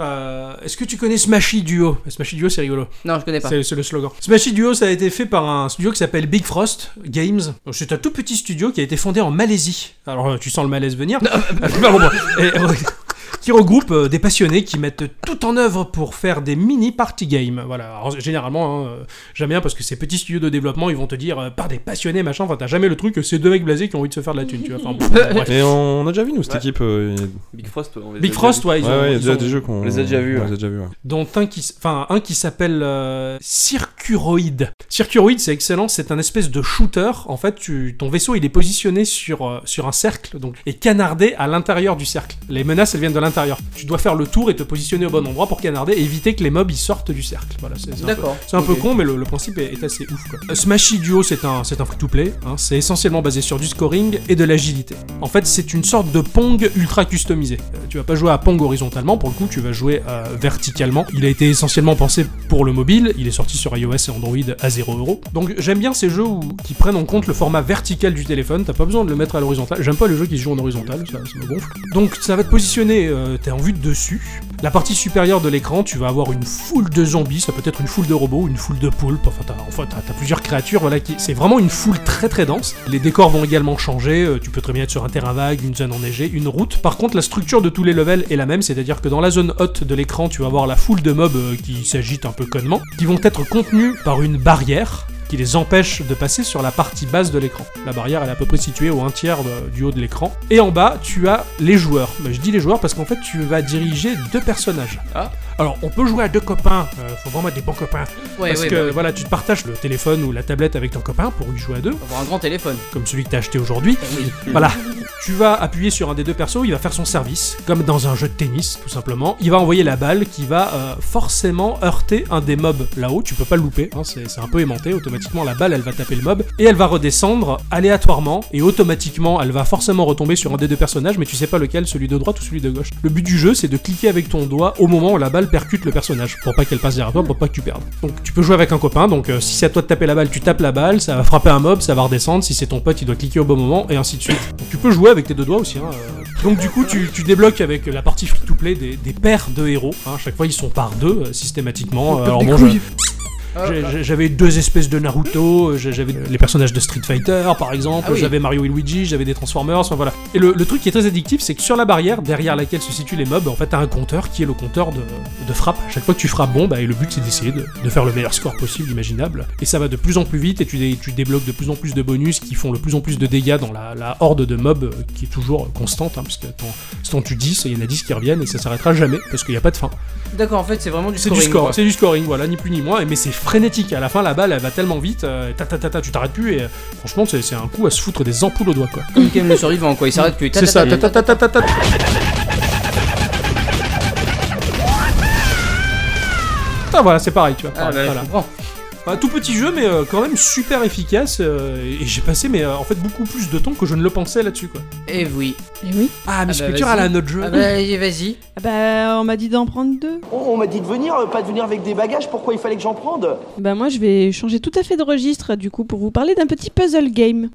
Euh, Est-ce que tu connais Smashy Duo Smashy Duo, c'est rigolo. Non, je connais pas. C'est c'est le slogan. Smashy Duo, ça a été fait par un studio qui s'appelle Big Frost Games. Donc, C'est un tout petit studio qui a été fondé en Malaisie. Alors, euh, tu sens le malaise venir. Pardon, moi. Et, euh, qui regroupe euh, des passionnés qui mettent tout en œuvre pour faire des mini party games. Voilà, Alors, généralement, hein, euh, j'aime bien parce que ces petits studios de développement, ils vont te dire euh, par des passionnés, machin. Enfin, t'as jamais le truc que c'est deux mecs blasés qui ont envie de se faire de la thune, tu vois. Enfin, pff, bref. Et on a déjà vu, nous, cette Ouais. équipe. euh, il y a- Big Frost, on les Big a Frost, ouais, ils ouais, ont- ouais, il y a ils déjà ont- des jeux qu'on on les a déjà vus, on ouais. les a déjà vus, ouais. dont un qui, s- enfin, un qui s'appelle euh, Circuroid. Circuroid, c'est excellent, c'est un espèce de shooter. En fait, tu, ton vaisseau, il est positionné sur, euh, sur un cercle, donc, et canardé à l'intérieur du cercle. Les menaces, elles viennent de l'intérieur. Tu dois faire le tour et te positionner au bon endroit pour canarder et éviter que les mobs, ils sortent du cercle. Voilà, c'est c'est un peu- D'accord. c'est un peu Ok. con, mais le, le principe est, est assez ouf. Quoi. Euh, Smashy Duo, c'est un, c'est un free-to-play. hein. C'est essentiellement basé sur du scoring et de l'agilité. En fait, c'est une sorte de Pong ultra customisé. Euh, tu vas pas jouer à Pong horizontalement, pour le coup, tu vas jouer euh, verticalement. Il a été essentiellement pensé pour le mobile. Il est sorti sur iOS et Android à 0€. Donc, j'aime bien ces jeux où- qui prennent en compte le format vertical du téléphone. T'as pas besoin de le mettre à l'horizontale. J'aime pas les jeux qui se jouent en horizontal, ça, ça me gonfle. Donc ça va te positionner, euh, t'es en vue de dessus. La partie supérieure de l'écran, tu vas avoir une foule de zombies, ça peut être une foule de robots, une foule de poulpes, enfin t'as enfin, t'as- t'as plusieurs créatures, voilà, qui... c'est vraiment une foule très très dense. Les décors vont également changer, euh, tu peux très bien être sur un terrain vague, une zone enneigée, une route. Par contre, la structure de tous les levels est la même, c'est-à-dire que dans la zone haute de l'écran, tu vas avoir la foule de mobs euh, qui s'agitent un peu connement, qui vont être contenus par une barrière qui les empêche de passer sur la partie basse de l'écran. La barrière elle est à peu près située au un tiers euh, du haut de l'écran. Et en bas, tu as les joueurs. Mais je dis les joueurs parce qu'en fait, tu vas diriger deux personnages. Ah. Alors, on peut jouer à deux copains. euh, faut vraiment être des bons copains. Ouais, parce ouais, que bah oui. voilà, tu te partages le téléphone ou la tablette avec ton copain pour y jouer à deux, Faut avoir un grand téléphone. comme celui que t'as acheté aujourd'hui. Voilà. Tu vas appuyer sur un des deux persos, il va faire son service, comme dans un jeu de tennis, tout simplement. Il va envoyer la balle qui va euh, forcément heurter un des mobs là-haut. Tu peux pas le louper, hein, c'est c'est un peu aimanté. Automatiquement, la balle, elle va taper le mob et elle va redescendre aléatoirement et automatiquement, elle va forcément retomber sur un des deux personnages, mais tu sais pas lequel, celui de droite ou celui de gauche. Le but du jeu, c'est de cliquer avec ton doigt au moment où la balle percute le personnage pour pas qu'elle passe derrière toi, pour pas que tu perdes. Donc tu peux jouer avec un copain. Donc euh, si c'est à toi de taper la balle, tu tapes la balle, ça va frapper un mob, ça va redescendre. Si c'est ton pote, il doit cliquer au bon moment et ainsi de suite. Donc, tu peux jouer avec tes deux doigts aussi. hein, euh. Donc du coup, tu, tu débloques avec la partie free-to-play des, des paires de héros. hein. À Chaque fois, ils sont par deux euh, systématiquement. Euh, Alors bon, je- Ah, j'ai- j'ai- j'avais deux espèces de Naruto, euh, j'ai- j'avais les personnages de Street Fighter par exemple, Ah oui. j'avais Mario et Luigi, j'avais des Transformers, enfin voilà. Et le, le truc qui est très addictif, c'est que sur la barrière, derrière laquelle se situent les mobs, en fait t'as un compteur qui est le compteur de, de frappe. À Chaque fois que tu frappes bon, bah, et le but c'est d'essayer de, de faire le meilleur score possible, imaginable. Et ça va de plus en plus vite et tu, dé- tu débloques de plus en plus de bonus qui font le plus en plus de dégâts dans la, la horde de mobs euh, qui est toujours constante, hein, parce que t'en- si t'en tues 10, il y en a 10 qui reviennent et ça s'arrêtera jamais parce qu'il n'y a pas de fin. D'accord, en fait, c'est vraiment du C'est scoring. du quoi. score, c'est du scoring, voilà, ni plus ni moins, mais c'est frénétique. À la fin, la balle, elle va tellement vite, euh, ta, ta, ta, ta, tu t'arrêtes plus, et euh, franchement, c'est c'est un coup à se foutre des ampoules au doigt, quoi. Comme Ken le survivant, quoi. Il s'arrête plus. Mm. C'est ça, ta, ta, ta, ta, ta, ta. Ah, voilà, c'est pareil, tu vois. Ah, pareil, bah, voilà. je comprends. Un tout petit jeu, mais euh, quand même super efficace, euh, et j'ai passé, mais euh, en fait, beaucoup plus de temps que je ne le pensais là-dessus, quoi. Et Eh oui. Et oui. Ah, mais bah, Sculpture, vas-y. elle a un autre jeu. Ah bah, allez, vas-y. Ah Bah, on m'a dit d'en prendre deux. On m'a dit de venir, euh, pas de venir avec des bagages, pourquoi il fallait que j'en prenne Bah, moi, je vais changer tout à fait de registre, du coup, pour vous parler d'un petit puzzle game.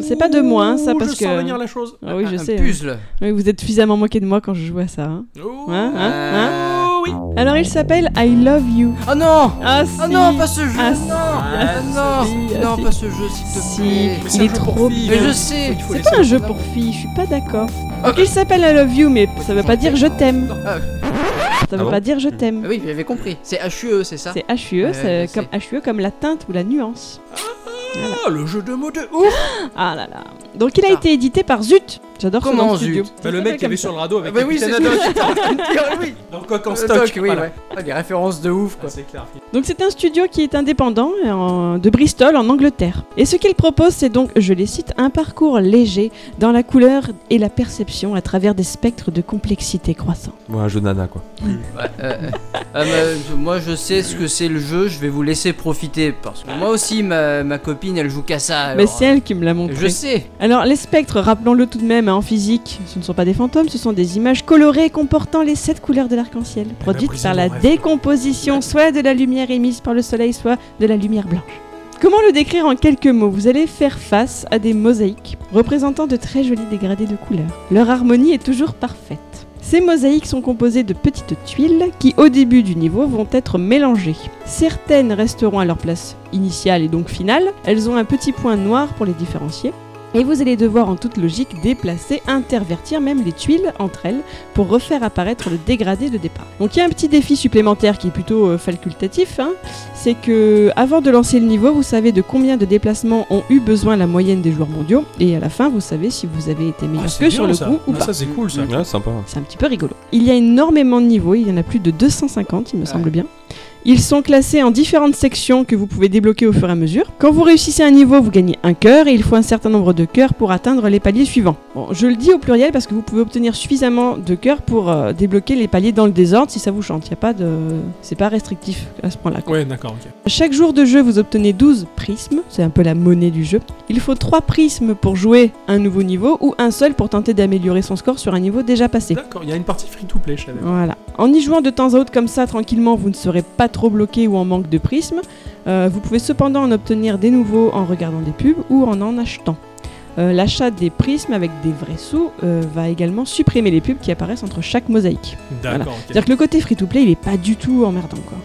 C'est pas de moi, hein, ça, Ouh, parce Oh, Je sens que- venir la chose. Ah oui, Un- je un sais. hein. puzzle. Oui, vous êtes suffisamment moqué de moi quand je joue à ça. hein. Oh. Hein, hein, Euh, hein Alors, il s'appelle I Love You. Oh non Ah, si. Oh non, pas ce jeu Ah, si. Non Ah, Ah, si, ah, Non si. Non, pas ce jeu, s'il te Si, plaît. Mais c'est il un est jeu pour trop filles, Mais hein. je sais Il faut C'est laisser pas un ça. jeu pour filles, je suis pas d'accord. Ah. Donc il s'appelle I Love You, mais ça veut pas dire je t'aime. Ah. Ça Ah veut bon pas dire je Ah t'aime. oui, j'avais compris. C'est HUE, c'est ça C'est HUE, Ouais, c'est je comme HUE comme la teinte ou la nuance. Ah, le jeu de mots de ouf Ah là là. Donc il a Ah. été édité par Zut, J'adore ce Comment, nom de studio. zut Bah, le mec qui avait sur le radeau avec Bah oui, Capitaine c'est ce que Haddock. j'étais en train de dire, oui. Dans le coq Euh, en Le stock. doc, oui, voilà. ouais. Ah, Des références de ouf, quoi. Ah, c'est clair. Donc c'est un studio qui est indépendant euh, en- de Bristol en Angleterre. Et ce qu'il propose, c'est donc, je les cite, un parcours léger dans la couleur et la perception à travers des spectres de complexité croissant. Ouais, un jeu de nana, quoi. Ouais, euh, euh, euh, bah, moi je sais ce que c'est le jeu, je vais vous laisser profiter parce que moi aussi ma, ma copine elle joue qu'à ça. Mais alors, c'est elle qui me l'a euh, montré. Je sais. Alors les spectres, rappelons-le tout de même, hein, en physique, ce ne sont pas des fantômes, ce sont des images colorées comportant les sept couleurs de l'arc-en-ciel, produites prise par de la rêve. décomposition soit de la lumière émise par le soleil, soit de la lumière blanche. Comment le décrire en quelques mots Vous allez faire face à des mosaïques représentant de très jolis dégradés de couleurs. Leur harmonie est toujours parfaite. Ces mosaïques sont composées de petites tuiles qui, au début du niveau, vont être mélangées. Certaines resteront à leur place initiale et donc finale. Elles ont un petit point noir pour les différencier. Et vous allez devoir en toute logique déplacer, intervertir même les tuiles entre elles pour refaire apparaître le dégradé de départ. Donc il y a un petit défi supplémentaire qui est plutôt euh, facultatif, hein, c'est que avant de lancer le niveau, vous savez de combien de déplacements ont eu besoin la moyenne des joueurs mondiaux, et à la fin vous savez si vous avez été meilleur Ah, que c'est sur bien, le ça. coup ou Ah, pas. Ça c'est cool ça. Ouais, sympa. C'est un petit peu rigolo. Il y a énormément de niveaux, il y en a plus de 250, il me Ouais. semble bien. Ils sont classés en différentes sections que vous pouvez débloquer au fur et à mesure. Quand vous réussissez un niveau, vous gagnez un cœur et il faut un certain nombre de cœurs pour atteindre les paliers suivants. Bon, je le dis au pluriel parce que vous pouvez obtenir suffisamment de cœurs pour euh, débloquer les paliers dans le désordre si ça vous chante. Il y a pas de, c'est pas restrictif à ce point-là. quoi. Ouais, d'accord, ok. Chaque jour de jeu, vous obtenez 12 prismes, c'est un peu la monnaie du jeu. Il faut 3 prismes pour jouer un nouveau niveau ou un seul pour tenter d'améliorer son score sur un niveau déjà passé. D'accord, il y a une partie free to play, je savais. Voilà. En y jouant de temps à autre comme ça, tranquillement, vous ne serez pas trop bloqué ou en manque de prismes. Euh, vous pouvez cependant en obtenir des nouveaux en regardant des pubs ou en en achetant. Euh, L'achat des prismes avec des vrais sous euh, va également supprimer les pubs qui apparaissent entre chaque mosaïque. D'accord, ok. C'est-à-dire que le côté free-to-play, il est pas du tout emmerdant. Quoi.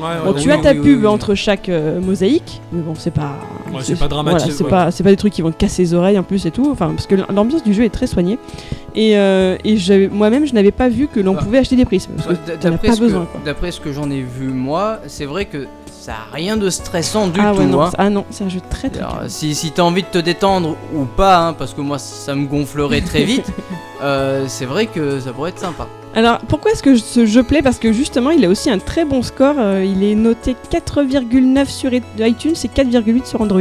Ouais, Bon, ouais, tu ouais, as ouais. ta oui, pub oui. entre chaque euh, mosaïque, mais bon, c'est pas. Ouais, c'est pas dramatique, voilà, c'est ouais. pas, c'est pas des trucs qui vont te casser les oreilles en plus et tout. Enfin, parce que l'ambiance du jeu est très soignée. Et, euh, et je- moi-même, je n'avais pas vu que l'on Ah. Bah. pouvait acheter des prismes. Parce que D- t'en as D'après pas ce, besoin, que- quoi. d'après ce que j'en ai vu moi, c'est vrai que ça a rien de stressant du ah tout. ouais, non, hein. c'est- ah non, c'est un jeu très très Alors, calme. euh, si si t'as envie de te détendre ou pas, hein, parce que moi ça me gonflerait très vite, euh, c'est vrai que ça pourrait être sympa. Alors pourquoi est-ce que je- ce jeu plaît Parce que justement il a aussi un très bon score, euh, il est noté 4,9 sur i- iTunes et 4,8 sur Android.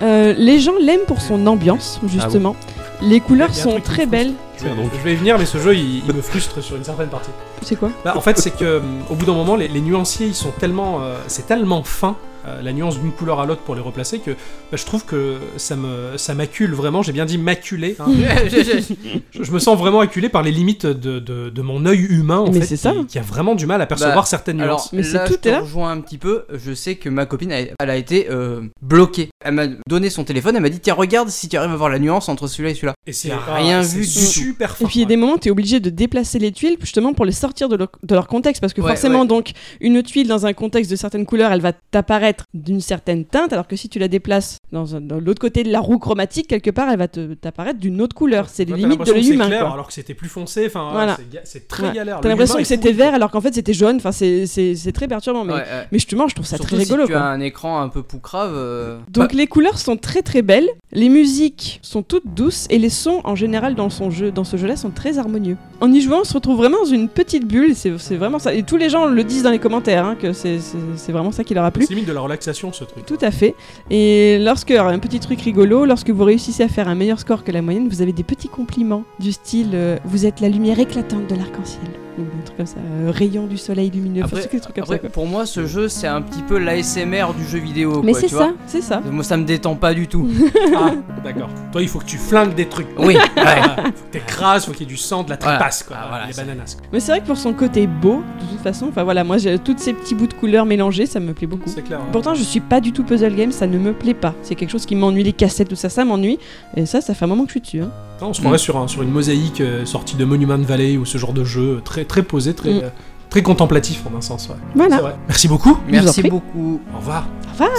Euh, les gens l'aiment pour son ambiance justement. Les couleurs Ah Il y a un sont truc qui très me belles. Je vais- Je vais y venir, mais ce jeu il, il me frustre sur une certaine partie. C'est quoi Bah, en fait, c'est que euh, au bout d'un moment, les, les nuanciers ils sont tellement, euh, c'est tellement fin. euh, la nuance d'une couleur à l'autre pour les replacer que bah, je trouve que ça me ça m'accule vraiment j'ai bien dit maculé hein. Mm. je, je me sens vraiment acculé par les limites de, de- de mon œil humain en Mais fait, c'est ça. Qui, qui a vraiment du mal à percevoir Bah, certaines Alors, nuances Mais c'est là, tout, je te t'es là rejoins un petit peu. Je sais que ma copine, elle, elle a été euh, bloquée. Elle m'a donné son téléphone, elle m'a dit Tiens, regarde si tu arrives à voir la nuance entre celui-là et celui-là. et c'est j'ai rien c'est vu du tout. super Et fin, hein. puis il y a ouais. des moments où tu es obligé de déplacer les tuiles justement pour les sortir de leur, de leur contexte parce que Ouais, forcément ouais. donc une tuile dans un contexte de certaines couleurs elle va t'apparaître d'une certaine teinte alors que si tu la déplaces dans, un- dans l'autre côté de la roue chromatique quelque part elle va te- t'apparaître d'une autre couleur. C'est T'as les limites de l'impression que c'est l'humain. clair, quoi. alors que c'était plus foncé enfin ouais, Voilà. c'est ga- c'est très Ouais. galère T'as Le l'impression humain, que il c'était faut- vert alors qu'en fait c'était jaune. Enfin, c'est- c'est c'est très perturbant, mais, Ouais, ouais. mais justement, je trouve ça Surtout très rigolo. Si tu quoi. as un écran un peu poucrave. euh, Donc bah, les couleurs sont très très belles, les musiques sont toutes douces et les sons en général dans, son jeu, dans ce jeu-là sont très harmonieux. En y jouant, on se retrouve vraiment dans une petite bulle, c'est c'est vraiment ça. Et tous les gens le disent dans les commentaires, hein, que c'est c'est- c'est vraiment ça qui leur a plu. c'est limite de la relaxation ce truc Tout à fait. Et lorsque, alors, un petit truc rigolo, lorsque vous réussissez à faire un meilleur score que la moyenne, vous avez des petits compliments du style euh, Vous êtes la lumière éclatante de l'arc-en-ciel. Ou un truc comme ça, euh, rayon du soleil lumineux. Enfin, Après- c'est des trucs comme après, ça, quoi. pour moi, ce jeu, c'est un petit peu l'ASMR du jeu vidéo. Mais quoi, c'est tu vois. ça, c'est ça. Moi, ça me détend pas du tout. ah d'accord toi il faut que tu flingues des trucs oui, ouais. Ah, faut que t'écrases, faut qu'il y ait du sang, de la Voilà. trépasse, quoi. Ah, voilà, les c'est- bananas. quoi. Mais c'est vrai que pour son côté beau, de toute façon, enfin voilà, moi j'ai tous ces petits bouts de couleurs mélangés, ça me plaît beaucoup. C'est clair. hein. Pourtant, je suis pas du tout puzzle game, ça ne me plaît pas. C'est quelque chose qui m'ennuie, les cassettes, tout ça, ça m'ennuie. Et ça, ça fait un moment que je suis dessus. hein. Attends, on se croirait sur, un- sur une mosaïque euh, sortie de Monument Valley ou ce genre de jeu euh, très, très posé, très, Mm. euh, très contemplatif en un sens. ouais. C'est Voilà. vrai. Merci beaucoup. vous en Merci prie. beaucoup. Au revoir.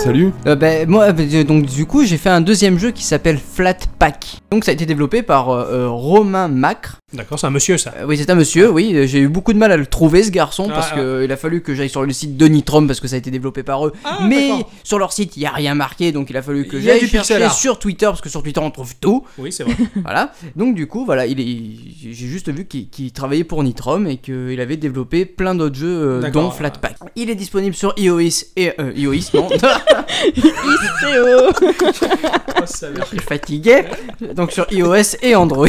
Salut. Euh, ben, moi, euh, donc du coup, j'ai fait un deuxième jeu qui s'appelle Flat Pack. Donc ça a été développé par euh, euh, Romain Macre, D'accord, c'est un monsieur ça. Euh, oui, c'est un monsieur, oui. euh, J'ai eu beaucoup de mal à le trouver, ce garçon, Ah, parce ah. qu'il a fallu que j'aille sur le site de Nitrom, parce que ça a été développé par eux. Mais sur leur site, il n'y a rien marqué, donc il a fallu que Ah, Il y a j'aille du pixel chercher art. sur Twitter, parce que sur Twitter, on trouve tout. Oui, c'est vrai. voilà. Donc, du coup, voilà, il est... j'ai juste vu qu'il qu'il travaillait pour Nitrom et qu'il avait développé plein d'autres jeux, euh, D'accord. dont Flatpak. Il est disponible sur iOS et. euh, iOS, non ICO Oh, ça a Je l'air- suis fatigué. Donc sur iOS et Android,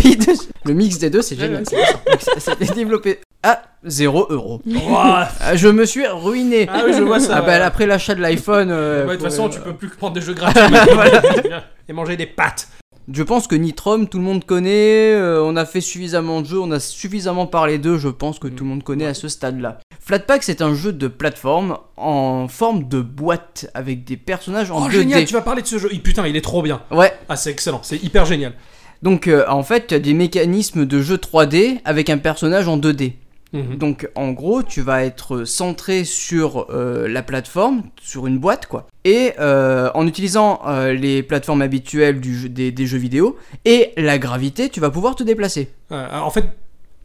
le mix des deux, c'est génial. Donc, ça- ça a été développé à 0 euros. Ouah. Ah, Je me suis ruiné. Ah oui, je vois ça, Ah bah ouais. après l'achat de l'iPhone. euh, Ouais, De toute faut- façon, tu peux plus que prendre des jeux gratuits. maintenant. Et manger des pâtes. Je pense que Nitrom, tout le monde connaît. euh, on a fait suffisamment de jeux, on a suffisamment parlé d'eux. Je pense que tout le monde connaît à ce stade-là. Flatpak, c'est un jeu de plateforme en forme de boîte avec des personnages en Oh 2D. génial, tu vas parler de ce jeu. Il- Putain, il est trop bien. Ouais. Ah, c'est excellent, c'est hyper génial. Donc euh, en fait, tu as des mécanismes de jeu 3D avec un personnage en 2D. Donc en gros, tu vas être centré sur euh, la plateforme, sur une boîte quoi. Et euh, en utilisant euh, les plateformes habituelles du jeu- des, des jeux vidéo et la gravité, tu vas pouvoir te déplacer. Euh, en fait,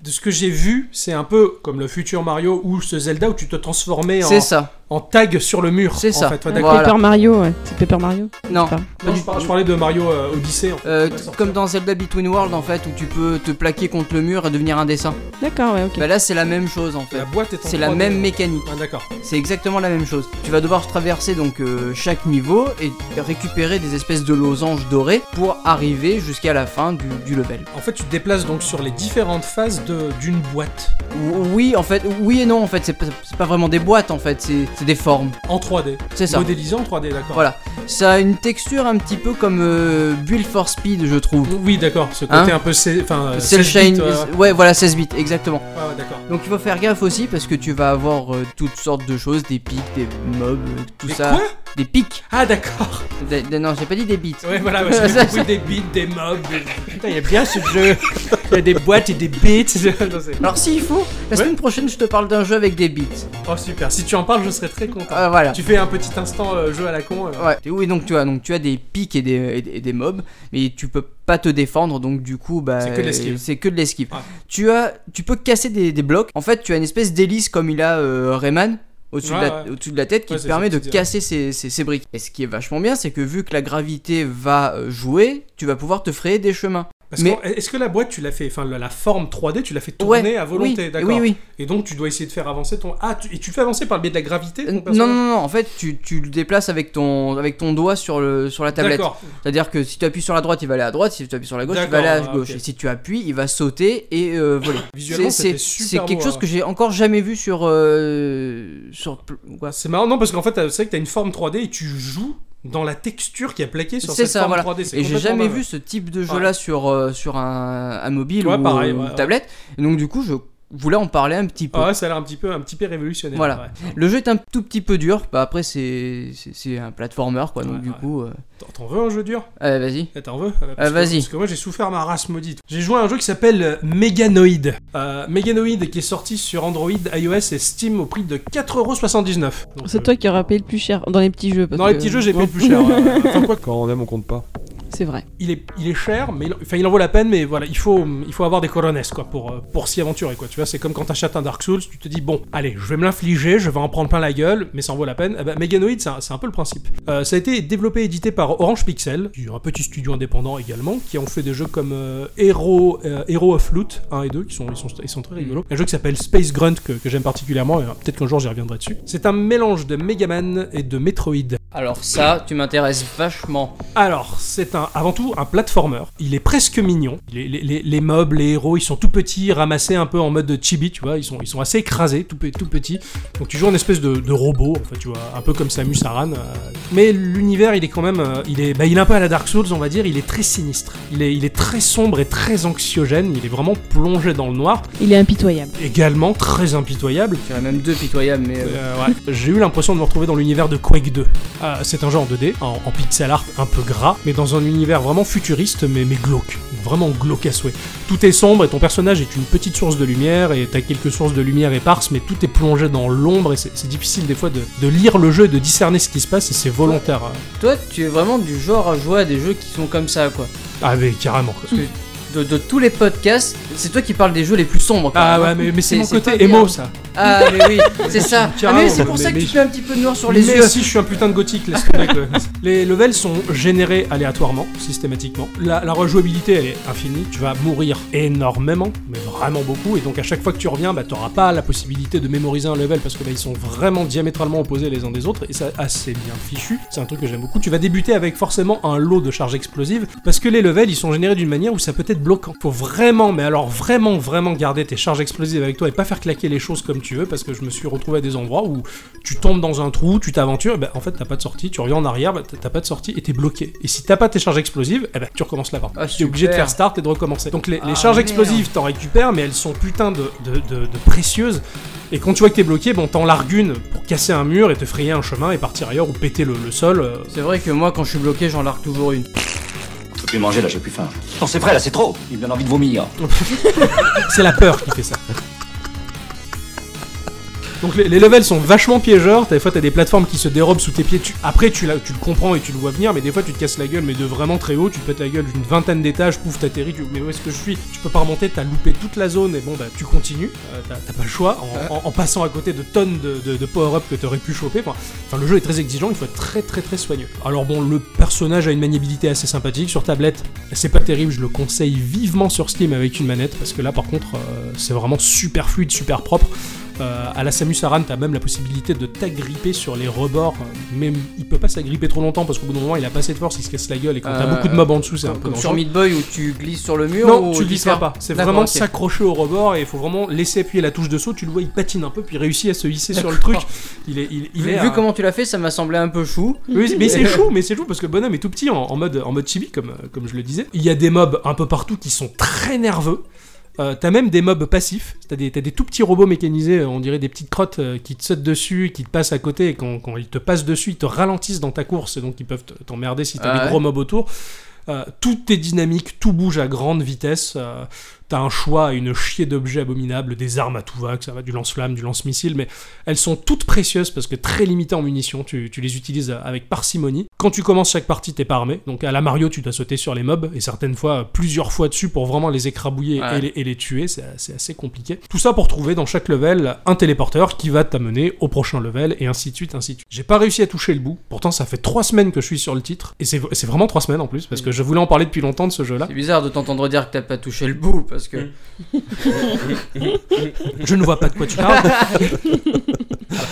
de ce que j'ai vu, c'est un peu comme le futur Mario ou ce Zelda où tu te transformais en, C'est ça. en tag sur le mur. C'est en ça. fait. Ouais, Ouais. d'accord. Voilà. Paper Mario, ouais. C'est Paper Mario Non. Pas. Non, je, par- je parlais de Mario euh, Odyssey. en fait. Euh, Ouais, t- sorti. comme dans Zelda Between World en fait, où tu peux te plaquer contre le mur et devenir un dessin. D'accord, ouais, ok. Bah là, c'est la même chose en fait. la boîte est en C'est la 3D. même mécanique. Ah, d'accord. C'est exactement la même chose. Tu vas devoir traverser donc euh, chaque niveau et récupérer des espèces de losanges dorés pour arriver jusqu'à la fin du, du level. En fait, tu te déplaces donc sur les différentes phases de- d'une boîte Ou- Oui, en fait, oui et non, en fait, c'est pas, c'est pas vraiment des boîtes, en fait, c'est c'est des formes. en 3D. C'est ça. Modélisé en 3D, d'accord. Voilà. Ça a une texture un petit peu comme euh, Build for Speed, je trouve. Oui, d'accord. Ce côté Hein un peu. sé- Enfin, euh, C'est le 16 bits, shine. ouais, ouais. Ouais, voilà, 16 bits, exactement. Ouais, ouais, Ah, d'accord. Donc il faut faire gaffe aussi parce que tu vas avoir euh, toutes sortes de choses, des pics, des mobs, euh, tout Des ça. quoi des pics. Ah, d'accord. Des- des- non, j'ai pas dit des bits. Ouais, voilà, ouais, j'ai Ça, compris, des bits, des mobs. des- Putain, il y a bien ce jeu. Il y a des boîtes et des bits. Non, c'est- Alors s'il faut, la Ouais. semaine prochaine je te parle d'un jeu avec des bits. oh, super. Si tu en parles, je serais très content. Ah, voilà. Tu fais un petit instant euh, jeu à la con. euh. Ouais. Et oui donc tu as donc tu as des pics et des, et des- et des mobs, mais tu peux pas te défendre donc du coup bah C'est que de l'esquive. c'est que de l'esquive. Ouais. Tu as tu peux casser des, des blocs. En fait tu as une espèce d'hélice comme il a euh, Rayman. Au-dessus, Ouais, de la, ouais. au-dessus de la tête qui Ouais, te c'est permet ça que de tu dis, casser ces, ces- ces briques. Et ce qui est vachement bien, c'est que vu que la gravité va euh, jouer, tu vas pouvoir te frayer des chemins. Parce Mais- que, est-ce que la boîte, tu l'as fait, enfin la, la forme 3D, tu l'as fait tourner Ouais, à volonté, oui, d'accord Oui, oui. Et donc tu dois essayer de faire avancer ton. Ah, tu- et tu le fais avancer par le biais de la gravité Euh, ton Non, non, personnage non, en fait, tu, tu le déplaces avec ton, avec ton doigt sur, le, sur la tablette. D'accord. C'est-à-dire que si tu appuies sur la droite, il va aller à droite, si tu appuies sur la gauche, il va D'accord, aller à ah, gauche. ok. Et si tu appuies, il va sauter et euh, voler. Visuellement, C'est- c'était c'est- super C'est quelque beau, chose hein. que j'ai encore jamais vu sur. euh, sur pl- quoi. hein. C'est marrant, non, parce qu'en fait, t'as- c'est vrai que t'as une forme 3D et tu joues dans la texture qui a plaqué sur C'est cette ça, forme voilà. 3D. c'est Et j'ai complètement jamais dingue. vu ce type de jeu-là sur, euh, sur un, un mobile Ouais, ou pareil, euh, ouais, une ouais. tablette. Et donc, du coup, je voulais en parler un petit peu. Ah ouais, ça a l'air un petit peu, un petit peu révolutionnaire. Voilà. ouais. Le jeu est un tout petit peu dur. Bah, après, c'est c'est- c'est un platformer, quoi. Donc, Ouais, du ouais. coup. euh, T'en- T'en veux un jeu dur Allez, vas-y. Ah, T'en veux Ah, bah, parce Euh, que- vas-y. Parce que moi j'ai souffert ma race maudite. J'ai joué à un jeu qui s'appelle euh, Meganoid. Euh, Meganoid qui est sorti sur Android, iOS et Steam au prix de 4,79€. Donc, C'est euh, toi qui auras payé le plus cher dans les petits jeux. parce Dans les que- petits jeux, j'ai payé le plus cher. hein. ouais. Enfin, quoi, Quand on aime, on compte pas. C'est vrai. il est, il est cher, mais il, enfin, il en vaut la peine, mais voilà, il faut, il faut avoir des corones quoi, pour, euh, pour s'y aventurer, quoi. Tu vois, c'est comme quand t'achètes un Dark Souls, tu te dis, bon, allez, je vais me l'infliger, je vais en prendre plein la gueule, mais ça en vaut la peine. Eh ben, Meganoid, c'est un, c'est un peu le principe. Euh, ça a été développé et édité par Orange Pixel, qui est un petit studio indépendant également, qui ont fait des jeux comme euh, Hero, euh, Hero of Loot 1 et 2, qui sont, ils sont, ils sont très rigolos. Un jeu qui s'appelle Space Grunt, que, que j'aime particulièrement, et euh, peut-être qu'un jour j'y reviendrai dessus. C'est un mélange de Megaman et de Metroid. Alors, ça, tu m'intéresses vachement. Alors, c'est un, avant tout un platformer. Il est presque mignon. Les, les- les- les mobs, les héros, ils sont tout petits, ramassés un peu en mode de chibi, tu vois. Ils sont, ils sont assez écrasés, tout, pe- tout petits. Donc tu joues en espèce de, de robot, en fait, tu vois, un peu comme Samus Aran. euh. Mais l'univers, il est quand même, euh, il est, bah, il est un peu à la Dark Souls, on va dire. Il est très sinistre. Il est, il est très sombre et très anxiogène. Il est vraiment plongé dans le noir. Il est impitoyable. Également très impitoyable. Il y en a même deux pitoyables, mais. euh, Euh, ouais. J'ai eu l'impression de me retrouver dans l'univers de Quake 2. Euh, c'est un jeu en 2D, en, en pixel art un peu gras, mais dans un univers vraiment futuriste, mais, mais glauque. Vraiment glauque à souhait. Tout est sombre et ton personnage est une petite source de lumière, et t'as quelques sources de lumière éparses, mais tout est plongé dans l'ombre, et c'est c'est difficile des fois de, de lire le jeu et de discerner ce qui se passe, et c'est volontaire. euh. Toi, tu es vraiment du genre à jouer à des jeux qui sont comme ça, quoi. Ah, mais carrément. quoi. De, de tous les podcasts, C'est toi qui parles des jeux les plus sombres. quand Ah même, ouais, hein. mais, mais c'est mon pas côté bien. émo ça. Ah, mais oui, c'est ça. Ah, mais c'est pour ça que tu fais un petit peu de noir sur les mais yeux. si, je suis un putain de gothique, laisse tomber, quoi. Les levels sont générés aléatoirement, systématiquement. La, la rejouabilité, elle est infinie. Tu vas mourir énormément, mais vraiment beaucoup. Et donc, à chaque fois que tu reviens, bah, t'auras pas la possibilité de mémoriser un level parce que bah, ils sont vraiment diamétralement opposés les uns des autres. Et ça, assez bien fichu. C'est un truc que j'aime beaucoup. Tu vas débuter avec forcément un lot de charges explosives parce que les levels, ils sont générés d'une manière où ça peut être bloquant. Faut vraiment, mais alors vraiment, vraiment garder tes charges explosives avec toi et pas faire claquer les choses comme tu veux parce que je me suis retrouvé à des endroits où tu tombes dans un trou, tu t'aventures, et ben, en fait t'as pas de sortie, tu reviens en arrière, ben, t'as- t'as pas de sortie et t'es bloqué. Et si t'as pas tes charges explosives, eh ben, tu recommences là-bas. Ah, tu es obligé de super. faire start et de recommencer. Donc les, les Ah, charges merde. explosives, t'en récupères, mais elles sont putain de, de- de- de précieuses. Et quand tu vois que t'es bloqué, bon, t'en largues une pour casser un mur et te frayer un chemin et partir ailleurs ou péter le, le sol. euh. C'est vrai que moi, quand je suis bloqué, j'en largue toujours une. Je peux plus manger là, j'ai plus faim. Non, c'est vrai là, c'est trop. Il me donne envie de vomir. C'est la peur qui fait ça. Donc les, les levels sont vachement piégeurs, des fois t'as des plateformes qui se dérobent sous tes pieds, tu- après tu, la- tu le comprends et tu le vois venir, mais des fois tu te casses la gueule, mais de vraiment très haut, tu te pètes la gueule d'une vingtaine d'étages, pouf t'atterris, tu- mais où est-ce que je suis Tu peux pas remonter, t'as loupé toute la zone, et bon bah tu continues, euh, t'as t'as pas le choix, en, en- en passant à côté de tonnes de, de- de power-up que t'aurais pu choper, enfin, Enfin, le jeu est très exigeant, il faut être très très très soigneux. Alors bon, le personnage a une maniabilité assez sympathique sur tablette. C'est pas terrible, je le conseille vivement sur Steam avec une manette, parce que là par contre, euh, c'est vraiment super fluide, super propre. Euh, à la Samus Aran, t'as même la possibilité de t'agripper sur les rebords, euh, mais il peut pas s'agripper trop longtemps parce qu'au bout d'un moment il a pas assez de force, il se casse la gueule et quand t'as Euh, beaucoup de mobs en dessous, c'est un peu Comme dangereux. sur Meat Boy où tu glisses sur le mur. Non, ou tu le glisseras diffères pas. C'est D'accord, vraiment ok. s'accrocher au rebord et il faut vraiment laisser appuyer la touche de saut. Tu le vois, il patine un peu, puis il réussit à se hisser sur le truc. D'accord. Il est, il, il Vu, est vu à- comment tu l'as fait, ça m'a semblé un peu chou. oui, mais c'est chou, mais c'est chou parce que le bonhomme est tout petit en, en mode en mode chibi comme euh, comme je le disais. Il y a des mobs un peu partout qui sont très nerveux. Euh, t'as même des mobs passifs, t'as des, t'as des tout petits robots mécanisés, euh, on dirait des petites crottes euh, qui te sautent dessus, qui te passent à côté, et quand, quand ils te passent dessus, ils te ralentissent dans ta course, et donc ils peuvent te- t'emmerder si t'as Ah des ouais. gros mobs autour. Euh, tout est dynamique, tout bouge à grande vitesse, euh, t'as un choix, une chier d'objets abominables, des armes à tout va, que ça va du lance-flamme, du lance-missile, mais elles sont toutes précieuses parce que très limitées en munitions, tu, tu les utilises avec parcimonie. Quand tu commences chaque partie, t'es pas armé, donc à la Mario, tu dois sauter sur les mobs, et certaines fois, euh, plusieurs fois dessus pour vraiment les écrabouiller Ouais. et, les, et les tuer, c'est c'est assez compliqué. Tout ça pour trouver dans chaque level un téléporteur qui va t'amener au prochain level, et ainsi de suite, ainsi de suite. J'ai pas réussi à toucher le bout, pourtant ça fait trois semaines que je suis sur le titre, et c'est c'est vraiment trois semaines en plus, parce que je voulais en parler depuis longtemps de ce jeu-là. C'est bizarre de t'entendre dire que t'as pas touché le bout parce que. Mmh. Je ne vois pas de quoi tu parles. Voilà.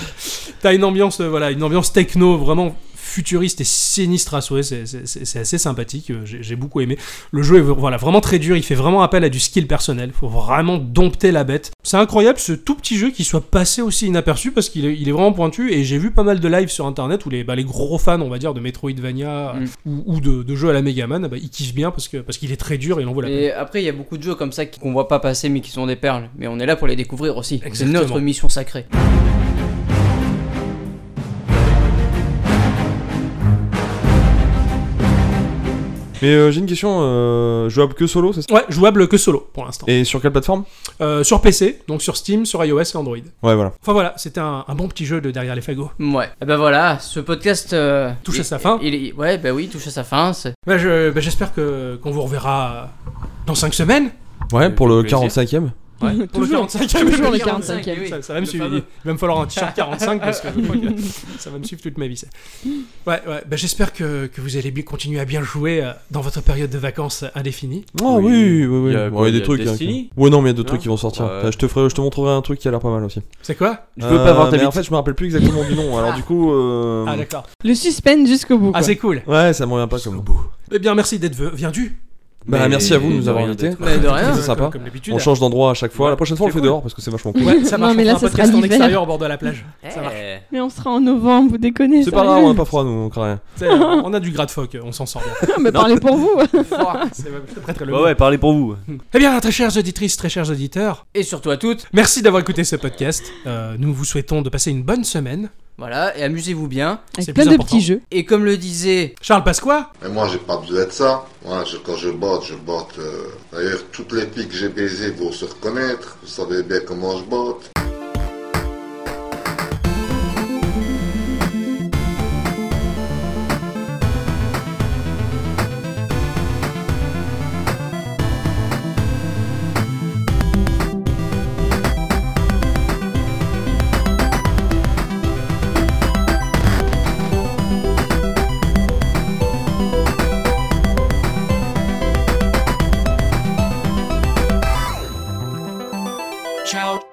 T'as une ambiance, euh, voilà, une ambiance techno vraiment futuriste et sinistre à souhait. C'est- C'est c'est- c'est assez sympathique. euh, J'ai j'ai beaucoup aimé. Le jeu est voilà vraiment très dur. Il fait vraiment appel à du skill personnel. Faut vraiment dompter la bête. C'est incroyable ce tout petit jeu qui soit passé aussi inaperçu parce qu'il est, il est vraiment pointu. Et j'ai vu pas mal de lives sur internet où les, bah, les gros fans, on va dire, de Metroidvania Mm. ou, ou de, de jeux à la Megaman, bah, ils kiffent bien parce que parce qu'il est très dur et l'on voit la peine. Et après, il y a beaucoup de jeux comme ça qui- qu'on voit pas passer mais qui sont des perles. Mais on est là pour les découvrir aussi. C'est Exactement. notre mission sacrée. Mais euh, j'ai une question, euh, jouable que solo, c'est ça Ouais, jouable que solo pour l'instant. Et sur quelle plateforme Euh, sur PC, donc sur Steam, sur iOS et Android. Ouais, voilà. Enfin voilà, c'était un, un bon petit jeu de derrière les fagots. Ouais. Et ben voilà, ce podcast. euh, Touche à il- sa fin. il- il- ouais, bah oui, touche à sa fin. c'est- Bah, je- bah, j'espère que qu'on vous reverra euh, dans 5 semaines. Ouais, pour le plaisir. 45ème. Pour le 45e. toujours les 45e, 45e. oui. Ça, ça va me Le suivre. fameux. Il va me falloir un t-shirt 45 parce que je crois que ça va me suivre toute ma vie. ça. Ouais, ouais. Bah, j'espère que, que vous allez bien continuer à bien jouer euh, dans votre période de vacances indéfinie. Oh oui, oui, oui. Il y a Bon, quoi, il y a il y des a trucs. hein, Destiny qui- Ouais, non, mais il y a d'autres Non trucs qui vont sortir. Ouais. Là, je, te ferai, je te montrerai un truc qui a l'air pas mal aussi. C'est quoi Ah, Je peux pas voir ta mais bite. En fait, je me rappelle plus exactement du nom, alors du coup. euh, Ah d'accord. Le suspense jusqu'au bout. Ah quoi. c'est cool. ouais, ça me revient pas comme. Eh bien merci d'être ve- venu. Bah, Mais- merci à vous Eh, de nous de avoir rien invités. d'être Mais de rien. C'est sympa. Comme, comme d'habitude. On change d'endroit à chaque fois. Ouais, La prochaine fois, on le c'est fait cool. dehors parce que c'est vachement cool. Ouais, ça marche. Non, mais on là, fera ça un sera podcast en l'hiver. extérieur au bord de la plage. Ça marche. Eh. Mais on sera en novembre, vous déconnez. C'est pas grave, on a pas froid, nous, on craint rien. Tu sais, euh, On a du gras de phoque, on s'en sort bien. Mais parlez pour vous. C'est très, très le Ouais, mot. ouais, parlez pour vous. Eh bien, très chères auditrices, très chers auditeurs, Et surtout à toutes. merci d'avoir écouté ce podcast. Euh, nous vous souhaitons de passer une bonne semaine. Voilà, et amusez-vous bien. C'est Avec plein plus de important. petits jeux. Et comme le disait. Charles Pasqua Mais moi, j'ai pas besoin de ça. Moi, je- quand je botte, je botte. euh, D'ailleurs, toutes les filles que j'ai baisées vont se reconnaître. Vous savez bien comment je botte. ciao.